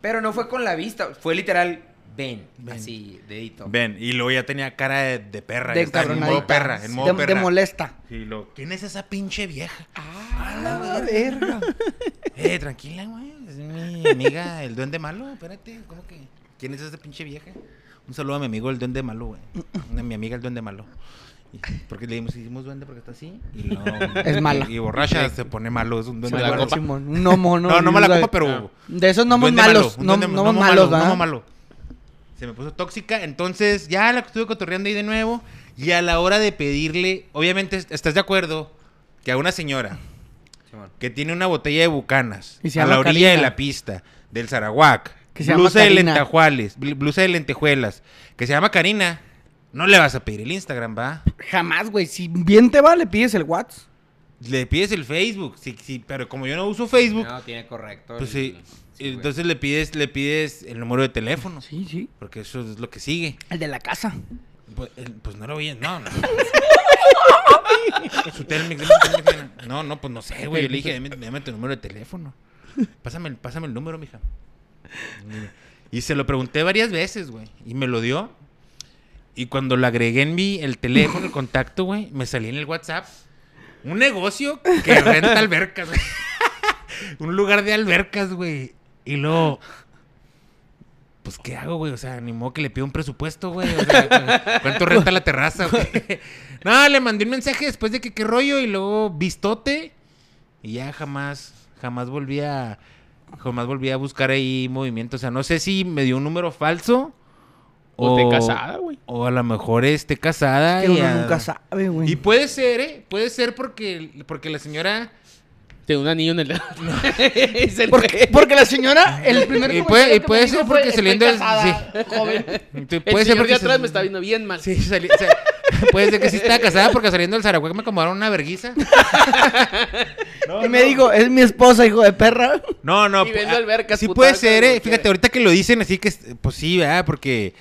Pero no fue con la vista, fue literal. Ven,
Ven.
así, dedito.
Ven, y luego ya tenía cara de, de perra.
De
ya estaba en modo
encabronadita.
perra, en modo
de,
perra.
de molesta.
Sí, lo- ¿Quién es esa pinche vieja?
Ah, la verga.
Eh, tranquila, güey. Es mi amiga, el duende malo. Espérate, ¿cómo que? ¿Quién es esa pinche vieja? Un saludo a mi amigo, el duende malo, güey. A mi amiga, el duende malo. Y- Porque le dimos, hicimos duende porque está así. Y no,
Es mala.
Y, borracha se pone malo, es un duende
Se la
malo.
copa.
Simón, un gnomo,
No, no me la copa, pero.
No.
De esos
no
gnomos malos. No, gnomos malos, ¿verdad?
No, malo. Se me puso tóxica, entonces ya la estuve cotorreando ahí de nuevo. Y a la hora de pedirle, obviamente, ¿estás de acuerdo? Que a una señora
Simón.
que tiene una botella de bucanas
Y se
a
llama
la orilla de
Karina.
la pista del Saraguac,
Que se
blusa
llama
de
Karina.
lentejuales, bl- blusa de lentejuelas, que se llama Karina, no le vas a pedir el Instagram, va.
Jamás, güey. Si bien te va, le pides el WhatsApp.
Le pides el Facebook, sí, sí, pero como yo no uso Facebook,
No, tiene correcto.
pues
el-
sí,
sí, güey.
entonces le pides, le pides el número de teléfono,
Sí, sí.
porque eso es lo que sigue.
El de la casa.
Pues, el- pues no lo vi, no, no. Su Telmex, dame su Telmex, No, no, pues no sé, güey. Yo le dije, dame, dame tu número de teléfono. Pásame, el- pásame el número, mija. Y se lo pregunté varias veces, güey. Y me lo dio. Y cuando lo agregué en mi, el teléfono, el contacto, güey, me salí en el WhatsApp. Un negocio que renta albercas, güey. Un lugar de albercas, güey. Y luego. Pues, ¿qué hago, güey? O sea, ni modo que le pido un presupuesto, güey. O sea, ¿cuánto renta la terraza, güey? No, le mandé un mensaje después de que qué rollo y luego vistote. Y ya jamás, jamás volví a. Jamás volví a buscar ahí movimiento. O sea, no sé si me dio un número falso.
O te casada, güey.
O a lo mejor esté casada.
Que
y
uno
a-
nunca sabe, güey.
Y puede ser, ¿eh? Puede ser porque, porque la señora.
Tiene un anillo en el. Es el-
Porque, porque la señora, el primer
Y
comentario
puede- y
que
puede
me dijo
ser porque
fue,
se le
"Estoy
entra-
casada, joven.
Puede
El señor de
se-
atrás me está viendo bien mal.
Sí, salí- o sea, puede ser que sí estaba casada porque saliendo del Zaragoza me acomodaron una verguiza.
y me digo, es mi esposa, hijo de perra.
No, no.
Y
pu-
vendo
ah,
albercas,
Sí
puta,
puede
algo
ser,
que
eh.
quiere.
Fíjate, ahorita que lo dicen así que, es- pues sí, ¿verdad? Porque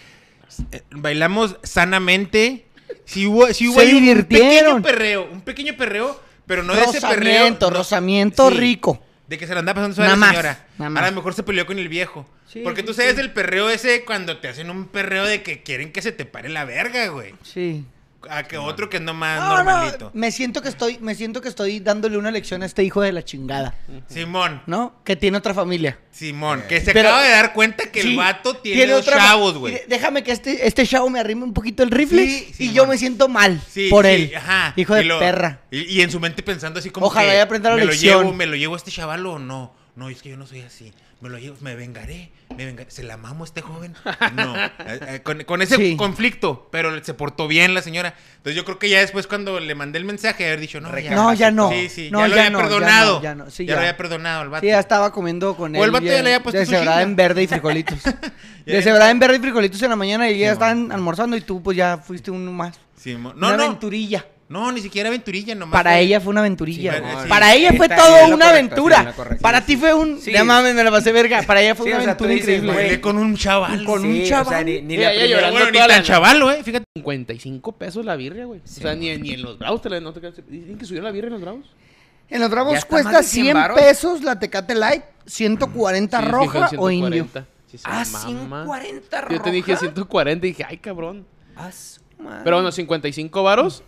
eh, bailamos sanamente. Sí hubo, sí hubo
Se
ahí un-
divirtieron.
Un pequeño perreo, un pequeño perreo, pero no de ese perreo.
rozamiento,
no-
rozamiento
sí.
rico.
De que se la andaba pasando suave
Nada
a la
más,
señora.
nada más.
A lo mejor se peleó con el viejo.
Sí,
Porque tú
sí,
sabes
sí.
el perreo ese cuando te hacen un perreo de que quieren que se te pare la verga, güey.
Sí.
A que otro que es nomás
No,
Ah, normalito.
no, me siento que estoy, me siento que estoy dándole una lección a este hijo de la chingada,
Simón,
¿no? Que tiene otra familia.
Simón, que se
Eh. Pero-
acaba de dar cuenta que
Sí,
el vato tiene, dos
otra fa-
chavos, güey.
Mire, Déjame que este, este chavo me arrime un poquito el rifle
Sí, sí,
y yo
mon.
me siento mal
Sí,
por
sí,
él.
ajá.
Hijo
Y
de
lo-
perra.
Y, y en su mente pensando así como
Ojalá
que,
ya aprenda la
me
lección.
lo llevo, me lo llevo a este chaval o no. No, es que yo no soy así. Me lo llevo, me vengaré, me vengaré. ¿Se la mamo a este joven? No. Eh, eh, con, con ese
Sí.
conflicto, pero se portó bien la señora. Entonces yo creo que ya después cuando le mandé el mensaje, haber dicho, no, ya.
No, ya no.
Sí, sí,
No,
ya lo
ya
había
no, ya
perdonado.
no, ya no. Sí,
ya. lo
ya.
había perdonado al vato.
Sí, ya estaba comiendo con
O
él.
el vato ya le había puesto su
deshebrada
chinga.
en verde y frijolitos.
Ya-
deshebrada en verde y frijolitos en la mañana y ya
Sí,
estaban almorzando y tú pues ya fuiste uno más.
Sí, mo- no,
una
no.
aventurilla.
No, ni siquiera aventurilla, nomás.
Para
fue-
ella fue una aventurilla.
Sí,
güey.
eh, sí.
Para ella fue
Está
todo
bien,
una
lo correcto, sí,
aventura.
lo correcto,
Para
sí,
ti
sí.
fue un...
Sí.
Ya mames, me la pasé verga. Para ella fue
Sí,
una
o sea, tú
aventura
dices,
increíble.
güey,
Bailé con un chaval.
Con un
Sí,
chaval.
O sea, ni, ni
Mira,
la
ya
primera-
llorando.
Bueno, ni
toda la-
tan chaval, güey. Fíjate.
55 pesos la birria, güey. o sea, ni, ni en los bravos te la no te creas. Dicen que subió la birria en los bravos.
En los
Ya
Bravos
está más
cuesta
de 100
100
varos.
pesos la Tecate Light, 140
Sí, es que
roja
fue
o indio.
140. Sí, se
Ah,
mama.
140 roja.
Yo te dije 140 y dije, ay, cabrón.
Ah, su madre.
Pero bueno, 55 varos.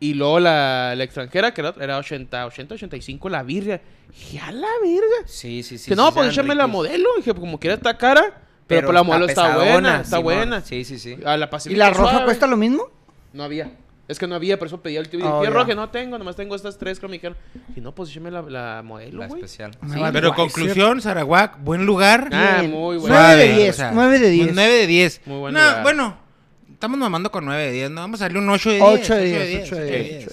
Y luego la, la extranjera, que era- era 80, 80, 85 la birria. Dije, a la verga.
Sí, sí, sí.
que
sí,
no, pues
eran
échame la
ricos.
modelo. Dije, pues, como quiera está cara, pero, pues la modelo está
pesadona,
buena, está
Simón.
buena.
Sí, sí, sí.
A la
¿Y
Pacífico
la roja
suave.
cuesta lo mismo?
No había. Es que no había, por eso pedí el tío. Y
Oh,
dije,
ya.
roja, no tengo, nomás tengo estas tres que me dijeron. Dije, no, pues échame la, la modelo,
La
güey.
especial.
Me vale
Pero
guay,
conclusión, Sarawak, buen lugar.
Ah,
Bien.
muy bueno.
Nueve de
Suave,
diez, nueve de diez.
9 de 10.
Muy buen
No,
lugar.
bueno, estamos mamando con 9 de 10, no vamos a darle un 8 de 10.
Ocho de diez, ocho de diez.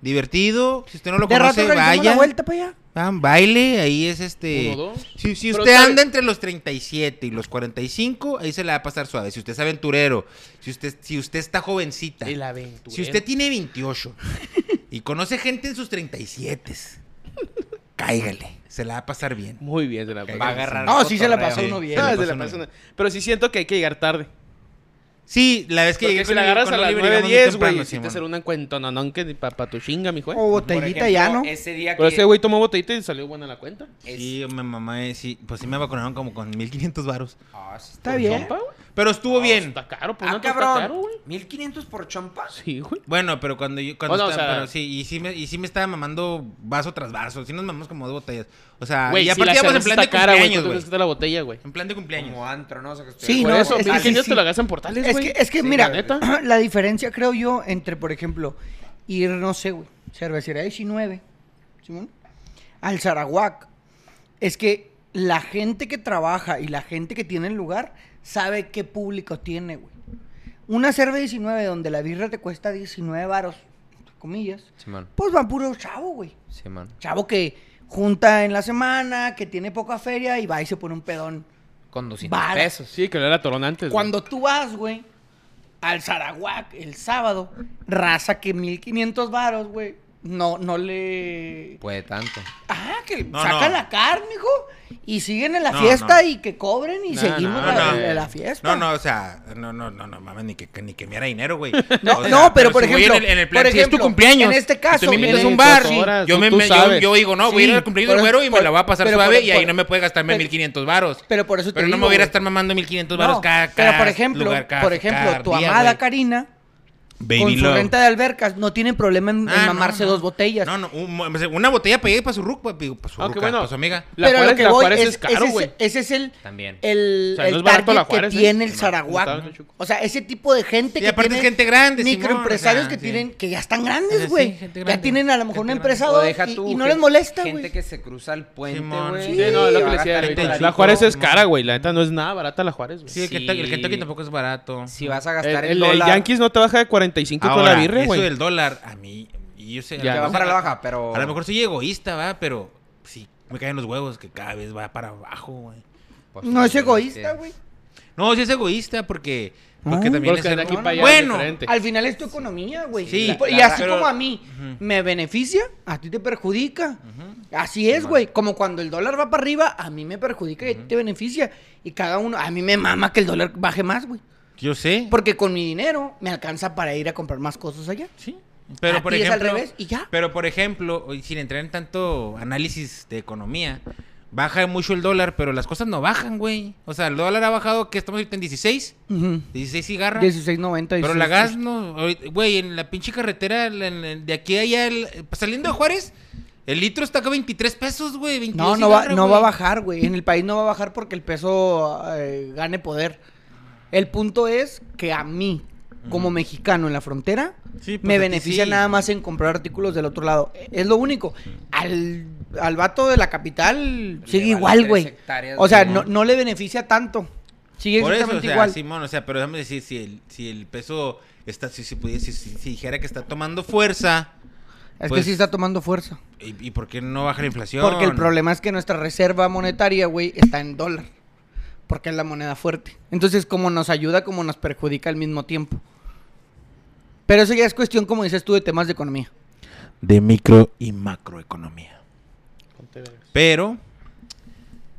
Divertido, si usted no lo
De rato
conoce,
organizamos
vaya.
la vuelta para allá.
Van, baile, ahí es este.
Uno, dos.
Si, si
Pero
usted
está-
anda entre los 37 y los 45, ahí se la va a pasar suave. Si usted es aventurero, si usted, si usted está jovencita,
El aventurero.
si usted tiene 28 y conoce gente en sus 37, cáigale, se la va a pasar bien.
Muy bien, se la
Va a agarrar.
No, sí se la
cotorreo.
pasó uno
Sí.
bien.
Ah,
Se la
se la
pasó
pasó
una-
una- Pero sí siento que hay que llegar tarde.
Sí, la vez que
Porque
llegué
si la agarras a las
Oliver, llegamos muy
9.10,
temprano,
güey, sí te
Simón. Oh,
será una cuenta, no, no, que ni para tu chinga, mijo. eh.
O
Por
botellita ya, ¿no?
ejemplo, Ese día
Pero
que...
ese güey tomó botellita y salió buena la cuenta.
es-
Sí, mi mamá, eh, sí, pues sí me vacunaron como con 1500 varos.
Ah, sí,
Está bien.
Compa, güey.
Pero estuvo
No,
bien.
Está caro, pues
Ah,
no está caro,
cabrón.
güey.
1500 por chompa.
Sí, güey.
Bueno, pero cuando yo. Cuando
Oh, no, o
estaba-
sea-
pero sí, y sí, me, y sí me estaba mamando vaso tras vaso. Sí nos mamamos como dos botellas. O sea,
Güey,
Ah, y
si la
aparte íbamos en
cerveza
plan de
está cara, güey,
cumpleaños,
¿cuánto
güey.
crees que está la botella, güey?
En plan de cumpleaños.
Como antro, ¿no? O sea, que estoy-
Sí,
Por
no,
eso,
es que
1500
sí,
te lo
sí.
gastan portales,
Es
güey.
que, es que
Sí,
mira,
la neta.
la diferencia creo yo entre, por ejemplo, ir, no sé, güey, cervecería 19, Simón, al Sarawak, es que la gente que trabaja y la gente que tiene el lugar sabe qué público tiene, güey. Una cerve 19 donde la birra te cuesta 19 varos, entre comillas,
Simón,
pues va puro chavo, güey.
Simón.
Chavo que junta en la semana, que tiene poca feria y va y se pone un pedón.
Con 200
Vara.
pesos.
Sí, que lo era Torón antes. güey.
Cuando tú vas, güey, al Sarawak el sábado, raza que 1500 varos, güey, no, no le...
Puede tanto.
Ah, que
No,
sacan
no.
la carne, hijo, y siguen en la
No,
fiesta
no.
y que cobren y
No,
seguimos
no,
la,
no.
la- la fiesta.
No, no, o sea, no, no, no, no, mames, ni que, ni que me era dinero, güey.
No,
O sea,
no, pero, por
si voy
ejemplo,
en el, en el plan,
por
si es tu
ejemplo,
cumpleaños.
en este
y
caso,
tú me invitas a
tienes
un bar,
dos horas,
yo,
tú-
me,
tú
me- yo-
sabes.
yo digo, no, voy a ir al cumpleaños
por
del
eso-
güero y me
por-
la voy a pasar
pero
suave
por-
y ahí
por-
no me puede gastarme
pero-
1500 varos.
Pero por eso te
Pero no
digo,
me voy a
güey.
estar mamando 1500
No,
varos cada,
Pero por
cada
ejemplo,
lugar, cada-
por ejemplo,
cada
tu
día,
amada
güey.
Karina,
Baby
con su
love.
renta de albercas, no tiene problema en, en
Ah, no,
mamarse
no.
dos botellas.
No, no, un- una botella para ella y para su ruca, digo, para su
Aunque
ruca,
bueno,
para su amiga.
La
pero
Juárez,
lo que
la
voy
Juárez
es,
es caro,
ese
güey.
ese es el,
También.
el,
O sea, no
el
es barato
target
la Juárez,
que
¿eh?
tiene el
No, no está
Sarawak.
mucho.
O sea, ese tipo de gente
Y
que
aparte es
tiene
gente grande, Simón,
microempresarios
o sea,
que
sí.
tienen que ya están
Sí,
grandes, güey.
gente
ya
grande,
tienen a lo mejor
gente
una
grande.
empresa
O
dos
deja
y,
tú,
y no
gen-
les molesta,
Gente
güey.
que se cruza el puente,
Simón,
güey.
sí.
Sí, no, es lo
y
que le
va a
decía.
gastar
ahorita.
en
La
Chico,
Juárez es
mamá.
cara, güey. La neta no es nada barata la Juárez, güey.
Sí, el
Sí.
Kentucky, el Kentucky tampoco es barato.
Si vas a gastar
El,
el,
el- el
dólar,
Yankees no te baja de 45 con la
Ahora,
birre,
eso
güey.
del dólar, a mí, y yo sé,
Ya,
te va
no.
para la baja, pero...
A lo mejor soy egoísta, va, pero sí, me caen los huevos que cada vez va para abajo, güey.
Pues,
No es
sí,
egoísta,
sí.
güey.
No, sí es egoísta porque, porque
No,
también
Ah, Porque
es
de aquí
el-
para allá es
Bueno,
diferente.
Al final es tu economía, güey.
Sí,
y, po- y
la-
así
pero-
como a mí me beneficia, a ti te perjudica. Así es, güey. Como cuando el dólar va para arriba, a mí me perjudica y a ti te beneficia. Y cada uno, a mí me mama que el dólar baje más, güey.
yo sé,
Porque con mi dinero me alcanza para ir a comprar más cosas allá.
sí, pero
a
por
ti es
ejemplo,
al revés y ya.
pero por ejemplo, hoy, sin entrar en tanto análisis de economía, baja mucho el dólar, pero las cosas no bajan, güey. O sea, el dólar ha bajado, que estamos ahorita en 16,
Ujú.
16 cigarras.
16.90.
Pero la
16.
gas no, ahorita- güey, en la pinche carretera la- la- de aquí a allá, el- pues, saliendo de Juárez, el litro está acá 23 pesos, güey. 22
No, no va,
cigarra,
no
güey.
va a bajar, güey. En el país no va a bajar porque el peso eh, gane poder. El punto es que a mí, como mexicano en la frontera,
Sí, pues,
me
a ti
beneficia
sí.
nada más en comprar artículos del otro lado. Es lo único. Al, al vato de la capital sigue
vale
igual,
tres
güey.
hectáreas,
O sea,
güey.
no, no le beneficia tanto. Sigue
Por eso, o
exactamente
sea,
igual.
Simón, o sea, pero déjame decir, si el, si el peso está, si, si, pudiese- si, si dijera que está tomando fuerza,
es
pues-
que sí está tomando fuerza.
¿y, y por qué no baja la inflación?
Porque el problema es que nuestra reserva monetaria, güey, está en dólar. Porque es la moneda fuerte. Entonces, como nos ayuda, como nos perjudica al mismo tiempo. Pero eso ya es cuestión, como dices tú, de temas de economía.
Ah,
De micro y macroeconomía.
Ponte vergas.
Pero,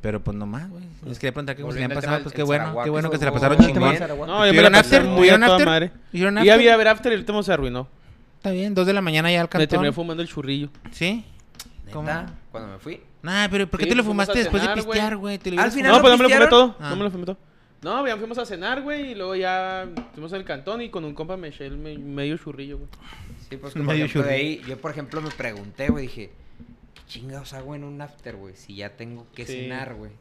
pero pues nomás, güey. Les quería preguntar qué cosas le han
Volviendo al tema
pasado,
del-
pues
el
qué bueno,
Sarawak,
qué bueno
eso
que se la
estuvo-
pasaron
¿Cómo te vas
chingón.
a Aragua?
No, yo me
¿Tuvieron
la
after?
pasé muy a
¿Tuvieron
toda
after?
madre.
¿Tuvieron
Y ya vi
after?
a ver after y el último se arruinó.
Está bien, dos de la mañana ya al
Me
cantón.
terminé fumando el churrillo.
¿Sí? ¿Cómo?
Neta, Cuando me fui.
Nah, pero ¿por qué
Sí,
te lo
fuimos a
fumaste después de
cenar, güey.
pistear, güey? Te lo
Al
hubieras
final-
No, pues no me lo fumé
pistearon?
todo.
Ah.
No me lo fumé todo. No, ya fuimos a cenar, güey, y luego ya fuimos al cantón y con un compa me eché el me- medio churrillo, güey.
Sí, pues como
Medio
ejemplo, de
churri.
ahí, yo por ejemplo me pregunté, güey, dije, ¿qué chingados hago en un after, güey? Si ya tengo que
Sí.
cenar, güey.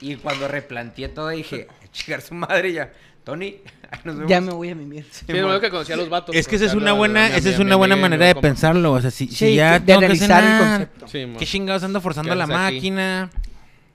Y cuando replanteé todo dije, a chingar su madre ya. Tony, ahí nos vemos.
Ya me voy a mimir.
Sí, de modo que conocí a los vatos.
Es que esa es
conocí a
una
la-
buena,
a mi-
esa es
a mi
una
amiga
buena
y a mi
manera de
compa.
pensarlo. O sea, si, si
Sí,
ya
de
tengo que
analizar el
cenar,
concepto.
Sí, mo.
¿Qué chingados ando forzando
¿Qué
la
haces aquí?
máquina?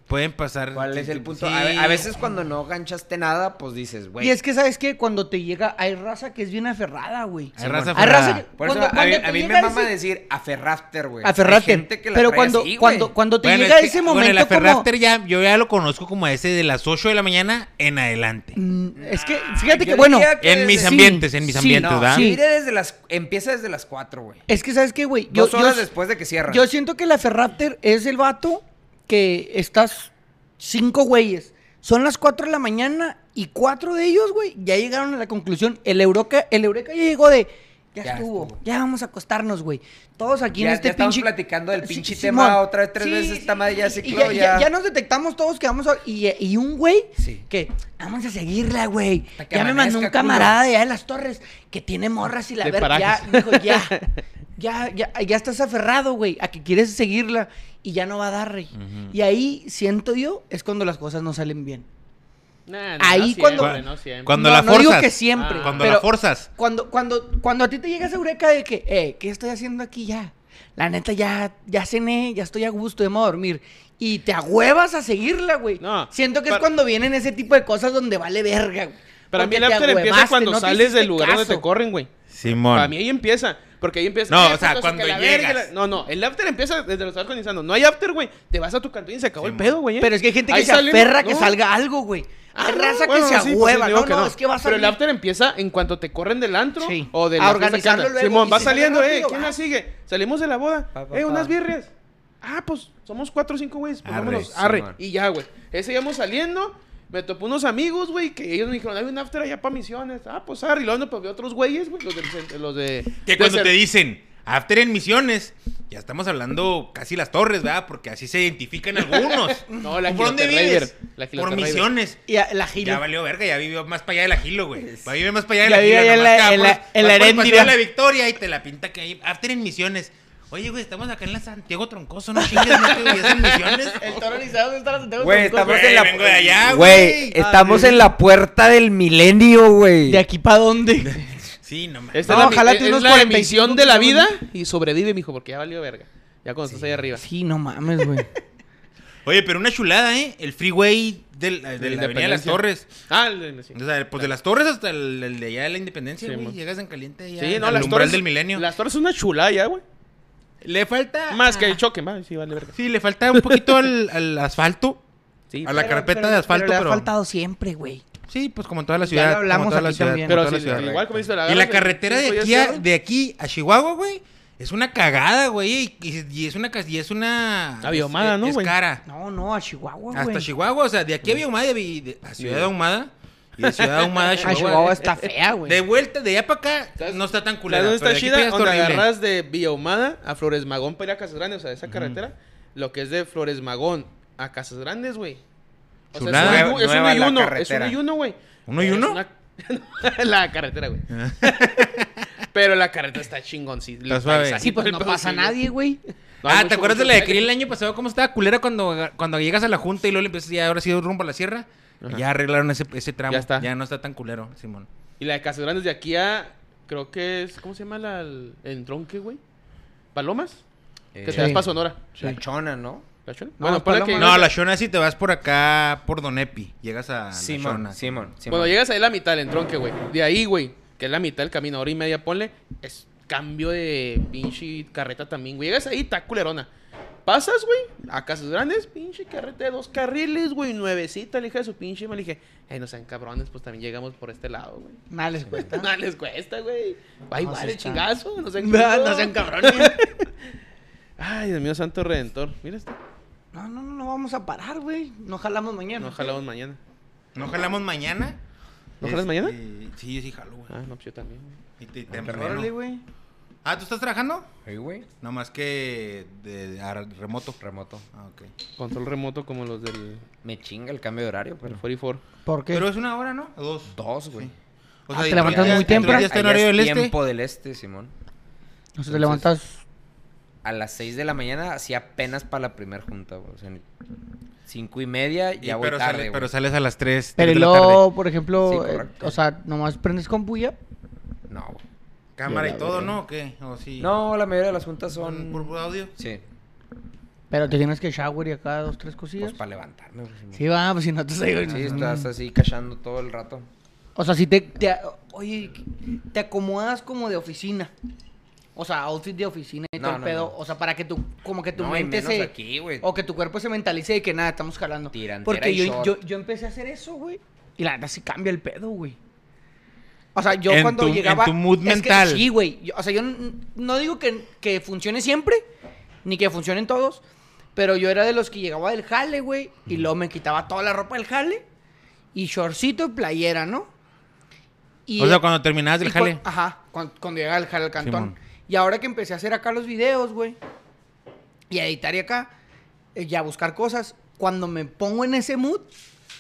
Pueden pasar.
¿Cuál es el punto?
Sí.
A, ve- a veces cuando no ganchaste nada, pues dices, güey.
Y es que, ¿sabes qué? Cuando te llega, hay raza que es bien aferrada, güey.
Hay raza
Hay raza
aferrada.
que-
Por eso
cuando-
a,
cuando
mí,
te
a mí me
llega
mama
ese-
decir aferrafter, güey.
Aferrate.
Hay gente que la
Pero
trae
cuando,
así, güey.
cuando, cuando te
Bueno,
llega
es que-
ese
bueno,
momento
el Ferrafter
como...
ya, yo ya lo conozco como ese de las 8 de la mañana en adelante.
Mm, Es que, fíjate
Yo
que, bueno...
diría que
En mis
sí,
ambientes, en mis
sí,
ambientes,
no,
¿verdad?
Sí,
Sí.
mira desde las, empieza desde las 4, güey.
Es que, ¿sabes qué, güey? Yo-
Dos
yo-
horas después de que cierra.
Yo siento que la Ferraptor es el vato que estás cinco güeyes. Son las 4 de la mañana y cuatro de ellos, güey, ya llegaron a la conclusión. El Eureka, el Eureka ya llegó de Ya,
Ya
estuvo.
estuvo.
Ya vamos a acostarnos, güey. Todos aquí en
Ya-
este
ya estamos
pinche.
platicando del
Sí,
pinche
sí,
tema
Simón.
otra vez, tres veces esta madre ya
y-
se
y
clavó,
ya,
ya.
ya nos detectamos todos que vamos a. Y, y un güey
Sí.
que vamos a seguirla, güey.
Hasta que
Ya me mandó un
amanezca,
camarada de allá de las torres que tiene morras y la
De
verga. Ya,
parajes.
dijo, ya, ya, ya, ya estás aferrado, güey, a que quieres seguirla y ya no va a dar, güey.
Ujú.
Y ahí siento yo, es cuando las cosas no salen bien.
Nah,
Ahí
siempre,
cuando-
no siempre.
Cuando
no,
la
no digo
forzas.
que siempre.
Ah.
Cuando
pero-
la forzas.
cuando, cuando, cuando a ti te llega esa eureka de que, eh, ¿qué estoy haciendo aquí ya? La neta, ya, ya cené, ya estoy a gusto, ya me voy a dormir. Y te ahuevas a seguirla, güey.
No,
Siento que es
para-
cuando vienen ese tipo de cosas donde vale verga, güey.
Para mí
Porque
el
te
after empieza
ahuevaste,
cuando
no te
sales del
hiciste
lugar donde
caso.
te corren, güey.
Simón.
Para mí ahí empieza. Porque ahí empieza.
No,
"Eh,
o sea,
putos, que
cuando
la verga,
llegas".
la-". No, no, el after empieza desde los organizando. No hay after, güey. Te vas a tu cantina y se acabó
Sí,
el
mo.
pedo, güey. ¿eh?
Pero es que hay gente que
Ahí
se
salen-
aferra a que
no.
salga algo, güey. Hay
no,
raza que
bueno,
se
no, sí, pues,
ahueva.
digo
no,
que
no, es que va a
Pero
salir.
el after empieza en cuanto te corren del antro
Sí.
o de
A
la fiesta que
organizarlo
andas.
luego
Simón,
y
va
si
saliendo,
sale
eh.
rápido,
¿Quién
va.
la sigue? Salimos de la boda.
Pa, pa,
eh, unas
pa.
birrias. Ah, pues somos cuatro o cinco güeyes. pues,
Arre,
vámonos, arre.
Simón.
Y ya, güey. Ese íbamos saliendo. Me topó unos amigos, güey, que ellos me dijeron, hay un after allá para misiones. Ah, pues arre. Y luego me topé otros güeyes, güey, los de... Los de
Que
de
cuando
ser-
te dicen after en misiones, ya estamos hablando casi las torres, ¿verdad? Porque así se identifican algunos.
No, la
¿Por dónde
Gilote
vives?
Raider, la Gilote
Por
Raider.
misiones.
Y a- la gila.
Ya valió verga, ya vivió más para allá del ajilo, güey. Va a vivir más para allá
Ya
del
vive allá
ajilo.
en
nomás
la-
que va
en
por-
la-
va
en la
por el Paseo
Heréndira.
de la victoria y te la pinta que hay after en misiones. Oye, güey, estamos acá en la Santiago Troncoso, no chingues, no te vivías en misiones.
El toro organizado está Santiago
Güey,
Troncoso.
estamos
Güey,
en la
vengo de allá,
Güey,
güey.
estamos en la puerta del milenio, güey.
¿De aquí para dónde?
Sí, no mames.
Esta
No,
es la,
jálate
es- es
unos
la
45
emisión de la vida
kilómetros.
y sobrevive, mijo, porque ya valió verga. Ya cuando estás ahí arriba.
Sí, no mames, güey.
Oye, pero una chulada, ¿eh? El freeway del, eh, de la Avenida de las
Independencia.
Torres.
Ah, el- el- sí.
O sea, pues de las torres hasta el, el de allá de la independencia,
Sí,
güey.
mon.
Llegas en caliente allá
Sí, no,
al
las
umbral
torres.
del milenio.
Las torres es una chulada ya, güey.
Le falta...
Más que el choque, va, sí, vale verga.
Sí, le falta un poquito al, al asfalto.
Sí,
A la carpeta de asfalto,
le
pero-
ha faltado siempre, güey.
Sí, pues como en toda la
Ya
ciudad.
lo hablamos
como toda la
aquí
ciudad,
también.
como
pero
toda
sí,
la ciudad.
igual como dice la
Y la
agarras en
carretera de
cinco, pues, ya
aquí, a,
cierran.
de aquí a Chihuahua, güey, es una cagada, güey. Y, y- y es una... cas- Y es una...
A Biomada,
es-
¿no,
Es
güey?
cara.
No, no, a Chihuahua, güey.
Hasta Chihuahua, o sea, de aquí a Biomada, de, Bi- de- a Ciudad Ahumada. Y de Ciudad Ahumada a
A
Chihuahua.
Chihuahua está fea, güey.
De vuelta, de allá para acá,
¿Sabes?
no está tan culera.
¿Sabes dónde
pero de
está
aquí para allá
chida?
está
Donde
horrible.
agarras de Villahumada a Flores Magón para ir a Casas Grandes, o sea, esa carretera, lo que es de Flores Magón a Casas Grandes, güey. O sea,
Chulada.
es un- es uno
Nueva
y
la
uno, es
carretera.
uno y uno, güey.
¿Uno y
Pero es
uno? Ah.
una- la carretera, güey. Pero la carretera está chingoncita.
Está suave.
Sí, pues no pasa nadie, güey.
ah, ¿te acuerdas de la de Krill el año pasado? ¿Cómo estaba culera cuando, cuando llegas a la junta y luego le empiezas ya ahora sí rumbo a la sierra? Ya arreglaron ese, ese tramo. Ya
Ya está.
no está tan culero, Simón.
Y la de Casas Grandes de aquí a. Creo que es. ¿Cómo se llama la, el entronque, güey? ¿Palomas?
Eh,
Que te vas para Sonora.
La chona, ¿no?
¿La chona?
No,
bueno, ponle
Palomas.
que.
No, la Shona sí te vas por acá, por Donepi. Llegas a la
Simón,
Shona.
Simón, Simón.
Cuando llegas ahí la mitad del entronque, güey. De ahí, güey, que es la mitad del camino, hora y media, ponle, es cambio de pinche carreta también, güey. Llegas ahí, está culerona. Pasas, güey, a Casas Grandes, pinche carreta de dos carriles, güey, nuevecita, le dije a su pinche, me le dije, ay, no sean cabrones, pues también llegamos por este lado, güey.
Nada les cuesta.
Nada les cuesta, güey. Va
No
igual
se
el chingazo, no sean
No,
culeros.
no sean cabrones.
Ay, Dios mío, santo redentor. Mira este. esto.
No, no, no, no vamos a parar, güey. No jalamos mañana.
No jalamos mañana.
¿No jalamos mañana? Este,
¿No jalas mañana?
Sí, yo sí jalo, güey.
Ah, no, pues yo también. güey.
Y te- temprano.
Órale, güey.
ah, ¿tú estás trabajando?
Ey, güey.
No más que de, de- a- remoto.
Remoto.
Ah, ok.
Control remoto como los del,
Me chinga el cambio de horario, pero...
del 44.
¿Por qué?
Pero es una hora, ¿no? O dos.
Dos, güey.
O
Ah, te
y-
levantas
ya-
muy
ya-
temprano.
Ya está en
Allá
horario
es
del este.
tiempo del este, Simón.
o sea, te levantas.
A las 6 de la mañana, así apenas para la primer junta, güey. O sea, ni- cinco y media,
Y
ya voy
pero,
tarde,
sale-
güey.
pero sales a las 3.
Pero y luego, por ejemplo,
Sí,
eh,
correcto.
o sea, nomás prendes con bulla.
No, güey.
Cámara
Ya
y
la
todo,
verga.
¿no? ¿O qué? ¿O sí?
No, la mayoría de las juntas
¿Son por
son...
puro audio?
Sí.
Pero te tienes que shower y acá dos, tres cosillas.
Pues para levantarme, güey. Simón.
Sí, va, pues si no te
Sí,
salgo.
estás así cachando todo el rato.
O sea, si te, te- Oye, te acomodas como de oficina. O sea, outfit de oficina y
No,
todo el
no,
pedo.
no.
O sea, para que tu, como que tu
No, y
mente
menos
se.
aquí, güey.
o que tu cuerpo se mentalice de que nada, estamos jalando.
Tirantera
Porque
y
yo,
short.
yo, yo empecé a hacer eso, güey. Y la neta sí cambia el pedo, güey. O sea, yo
En
cuando
tu- en
llegaba.
tu mood
es que
mental.
sí, güey. Yo- O sea, yo n- no digo que, que funcione siempre, ni que funcionen todos. Pero yo era de los que llegaba del jale, güey. Y luego me quitaba toda la ropa del jale. Y shortcito y playera, ¿no? y-
o sea, cuando terminabas
y
el
cu-
jale.
ajá, cuando, cuando llegaba el jale al cantón.
Simón.
Y ahora que empecé a hacer acá los videos, güey, y a editar y acá, eh, y a buscar cosas, cuando me pongo en ese mood,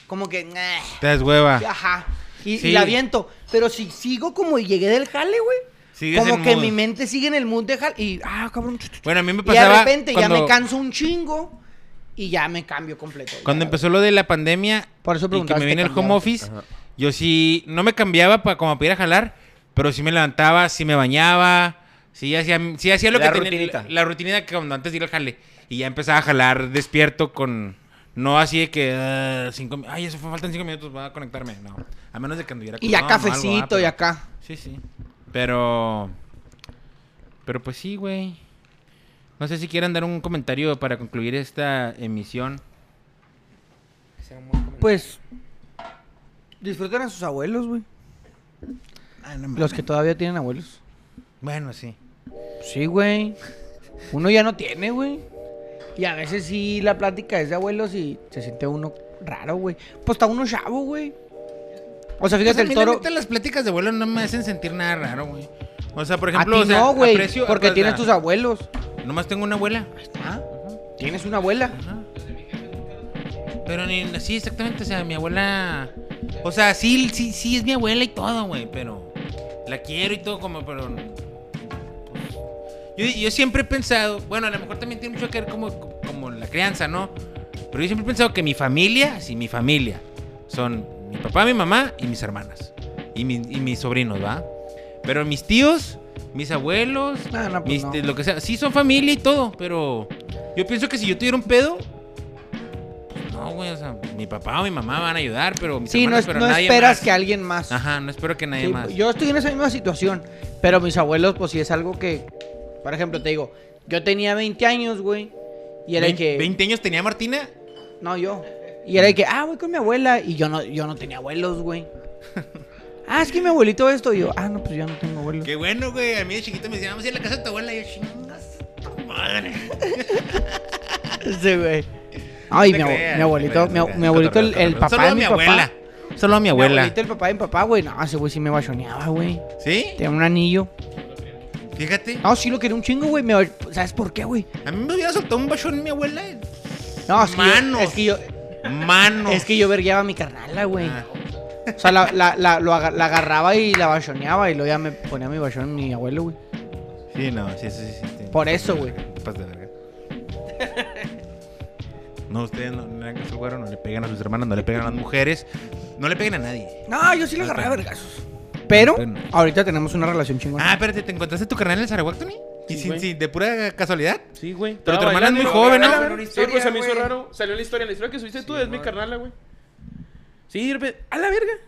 como que... "Nah".
Te das hueva.
Ajá. Y, y
Sí.
la aviento. Pero si sigo como llegué del jale, güey.
Sigues
Como
en
que
mood.
mi mente sigue en el mood de jale. Y, ah, cabrón. chu, chu, chu.
Bueno, a mí me
y de
pasaba.
repente ya me
cuando-
canso un chingo y ya me cambio completo.
Cuando
Ya,
empezó lo de la pandemia
Por eso
y que
preguntabas
me
que
vine el home
cambiabas.
office,
Ajá.
yo sí, no me cambiaba para como para ir a jalar, pero sí me levantaba, sí me bañaba, sí hacía, sí hacía lo
La
que
rutinita.
la, la rutinita que cuando antes de ir al jale. Y ya empezaba a jalar despierto con... No así de que... ah, cinco, mi- ay, eso fue, faltan cinco minutos para conectarme. No, a menos de que anduviera...
Y ya
crudo, no,
cafecito
algo, ah, pero-
y acá.
Sí, sí. Pero... Pero pues sí, güey. No sé si quieran dar un comentario para concluir esta emisión.
Ese era un buen comentario.
Pues disfruten a sus abuelos, güey. Los que todavía tienen abuelos.
Bueno, sí.
Sí, güey. Uno ya no tiene, güey. Y a veces sí la plática es de abuelos y se siente uno raro, güey. Pues está uno chavo, güey. O sea,
Pues
fíjate
a mí,
el
la
toro.
neta, las pláticas de abuelo no me hacen sentir nada raro, güey. O sea, por
A
ejemplo,
ti
o sea,
no, güey.
aprecio- pues, ah.
Porque
o sea,
tienes tus abuelos.
Nomás tengo una abuela.
Ah, Tienes una abuela.
Ajá. Pero ni sí, exactamente, o sea, mi abuela o sea, sí sí sí es mi abuela y todo, güey, pero la quiero y todo como pero pues, yo, yo siempre he pensado, bueno, a lo mejor también tiene mucho que ver como, como la crianza, ¿no? Pero yo siempre he pensado que mi familia, sí, mi familia, son mi papá, mi mamá y mis hermanas. Y, mi- y mis sobrinos, ¿va? Pero mis tíos, mis abuelos,
No, no, pues
mis-
no.
de lo que sea. Sí, son familia y todo, pero yo pienso que si yo tuviera un pedo. No, güey, o sea, mi papá o mi mamá van a ayudar, pero mis
Sí, no,
hermanos,
es-
pero
no
nadie
esperas
más.
que alguien más.
Ajá, no espero que nadie
Sí,
más.
Yo estoy en esa misma situación. Pero mis abuelos, pues sí es algo que. Por ejemplo, te digo, yo tenía 20 años, güey. Y era de
Vein-
que.
20 años tenía Martina.
No, yo. Y era de que, ah, voy con mi abuela. Y yo no, yo no tenía abuelos, güey. ah, es que mi abuelito esto. Y yo, ah, no, pues yo no tengo abuelos.
Qué bueno, güey. A mí de chiquito me decían, vamos a ir a la casa de tu abuela. Y yo, chingas, tu madre.
Sí, güey. Ay,
No
mi,
te
abue-
creas,
mi abuelito,
no te
mi,
creas.
mi abuelito, el,
Cotorreo,
el
cotorreo.
papá
Solo
de mi, papá.
abuela. Solo a mi
Mi
abuela.
abuelito, el papá de mi papá, güey. No, ese güey sí me bachoneaba, güey.
¿Sí?
Tenía un anillo.
Fíjate.
No, sí lo quería un chingo, güey. Me- ¿Sabes por qué, güey?
A mí me hubiera soltado un bachón mi abuela.
No, es que, yo,
Manos.
es que yo,
Mano.
es que yo vergueaba a mi carnala, güey.
Ah.
O sea, la, la, la, lo aga- la agarraba y la bachoneaba y luego ya me ponía mi bachón mi abuelo, güey.
Sí, no, sí, sí, sí. sí, sí.
Por eso, güey.
Te pasas de verga. No, ustedes no, no le hagan caso al güero, no le pegan a sus hermanas, no le pegan a las mujeres, no le pegan a nadie.
No, yo sí lo agarraba vergazos. Pero
Bueno.
ahorita tenemos una relación chingona.
Ah, espérate, ¿te encontraste tu carnal en el Sarawak, Tony? ¿Y
Sí,
sin,
güey.
sin- de pura casualidad?
Sí, güey.
Pero tu
Estaba
hermana es muy
bailando,
joven, ¿no?
estaba
Pero una
bailando. Sí, pues
historia,
se me hizo
güey.
raro. Salió en la historia. En la historia que subiste tú
Sí,
es mi
amor.
carnala, güey. Sí, de repente, a la verga.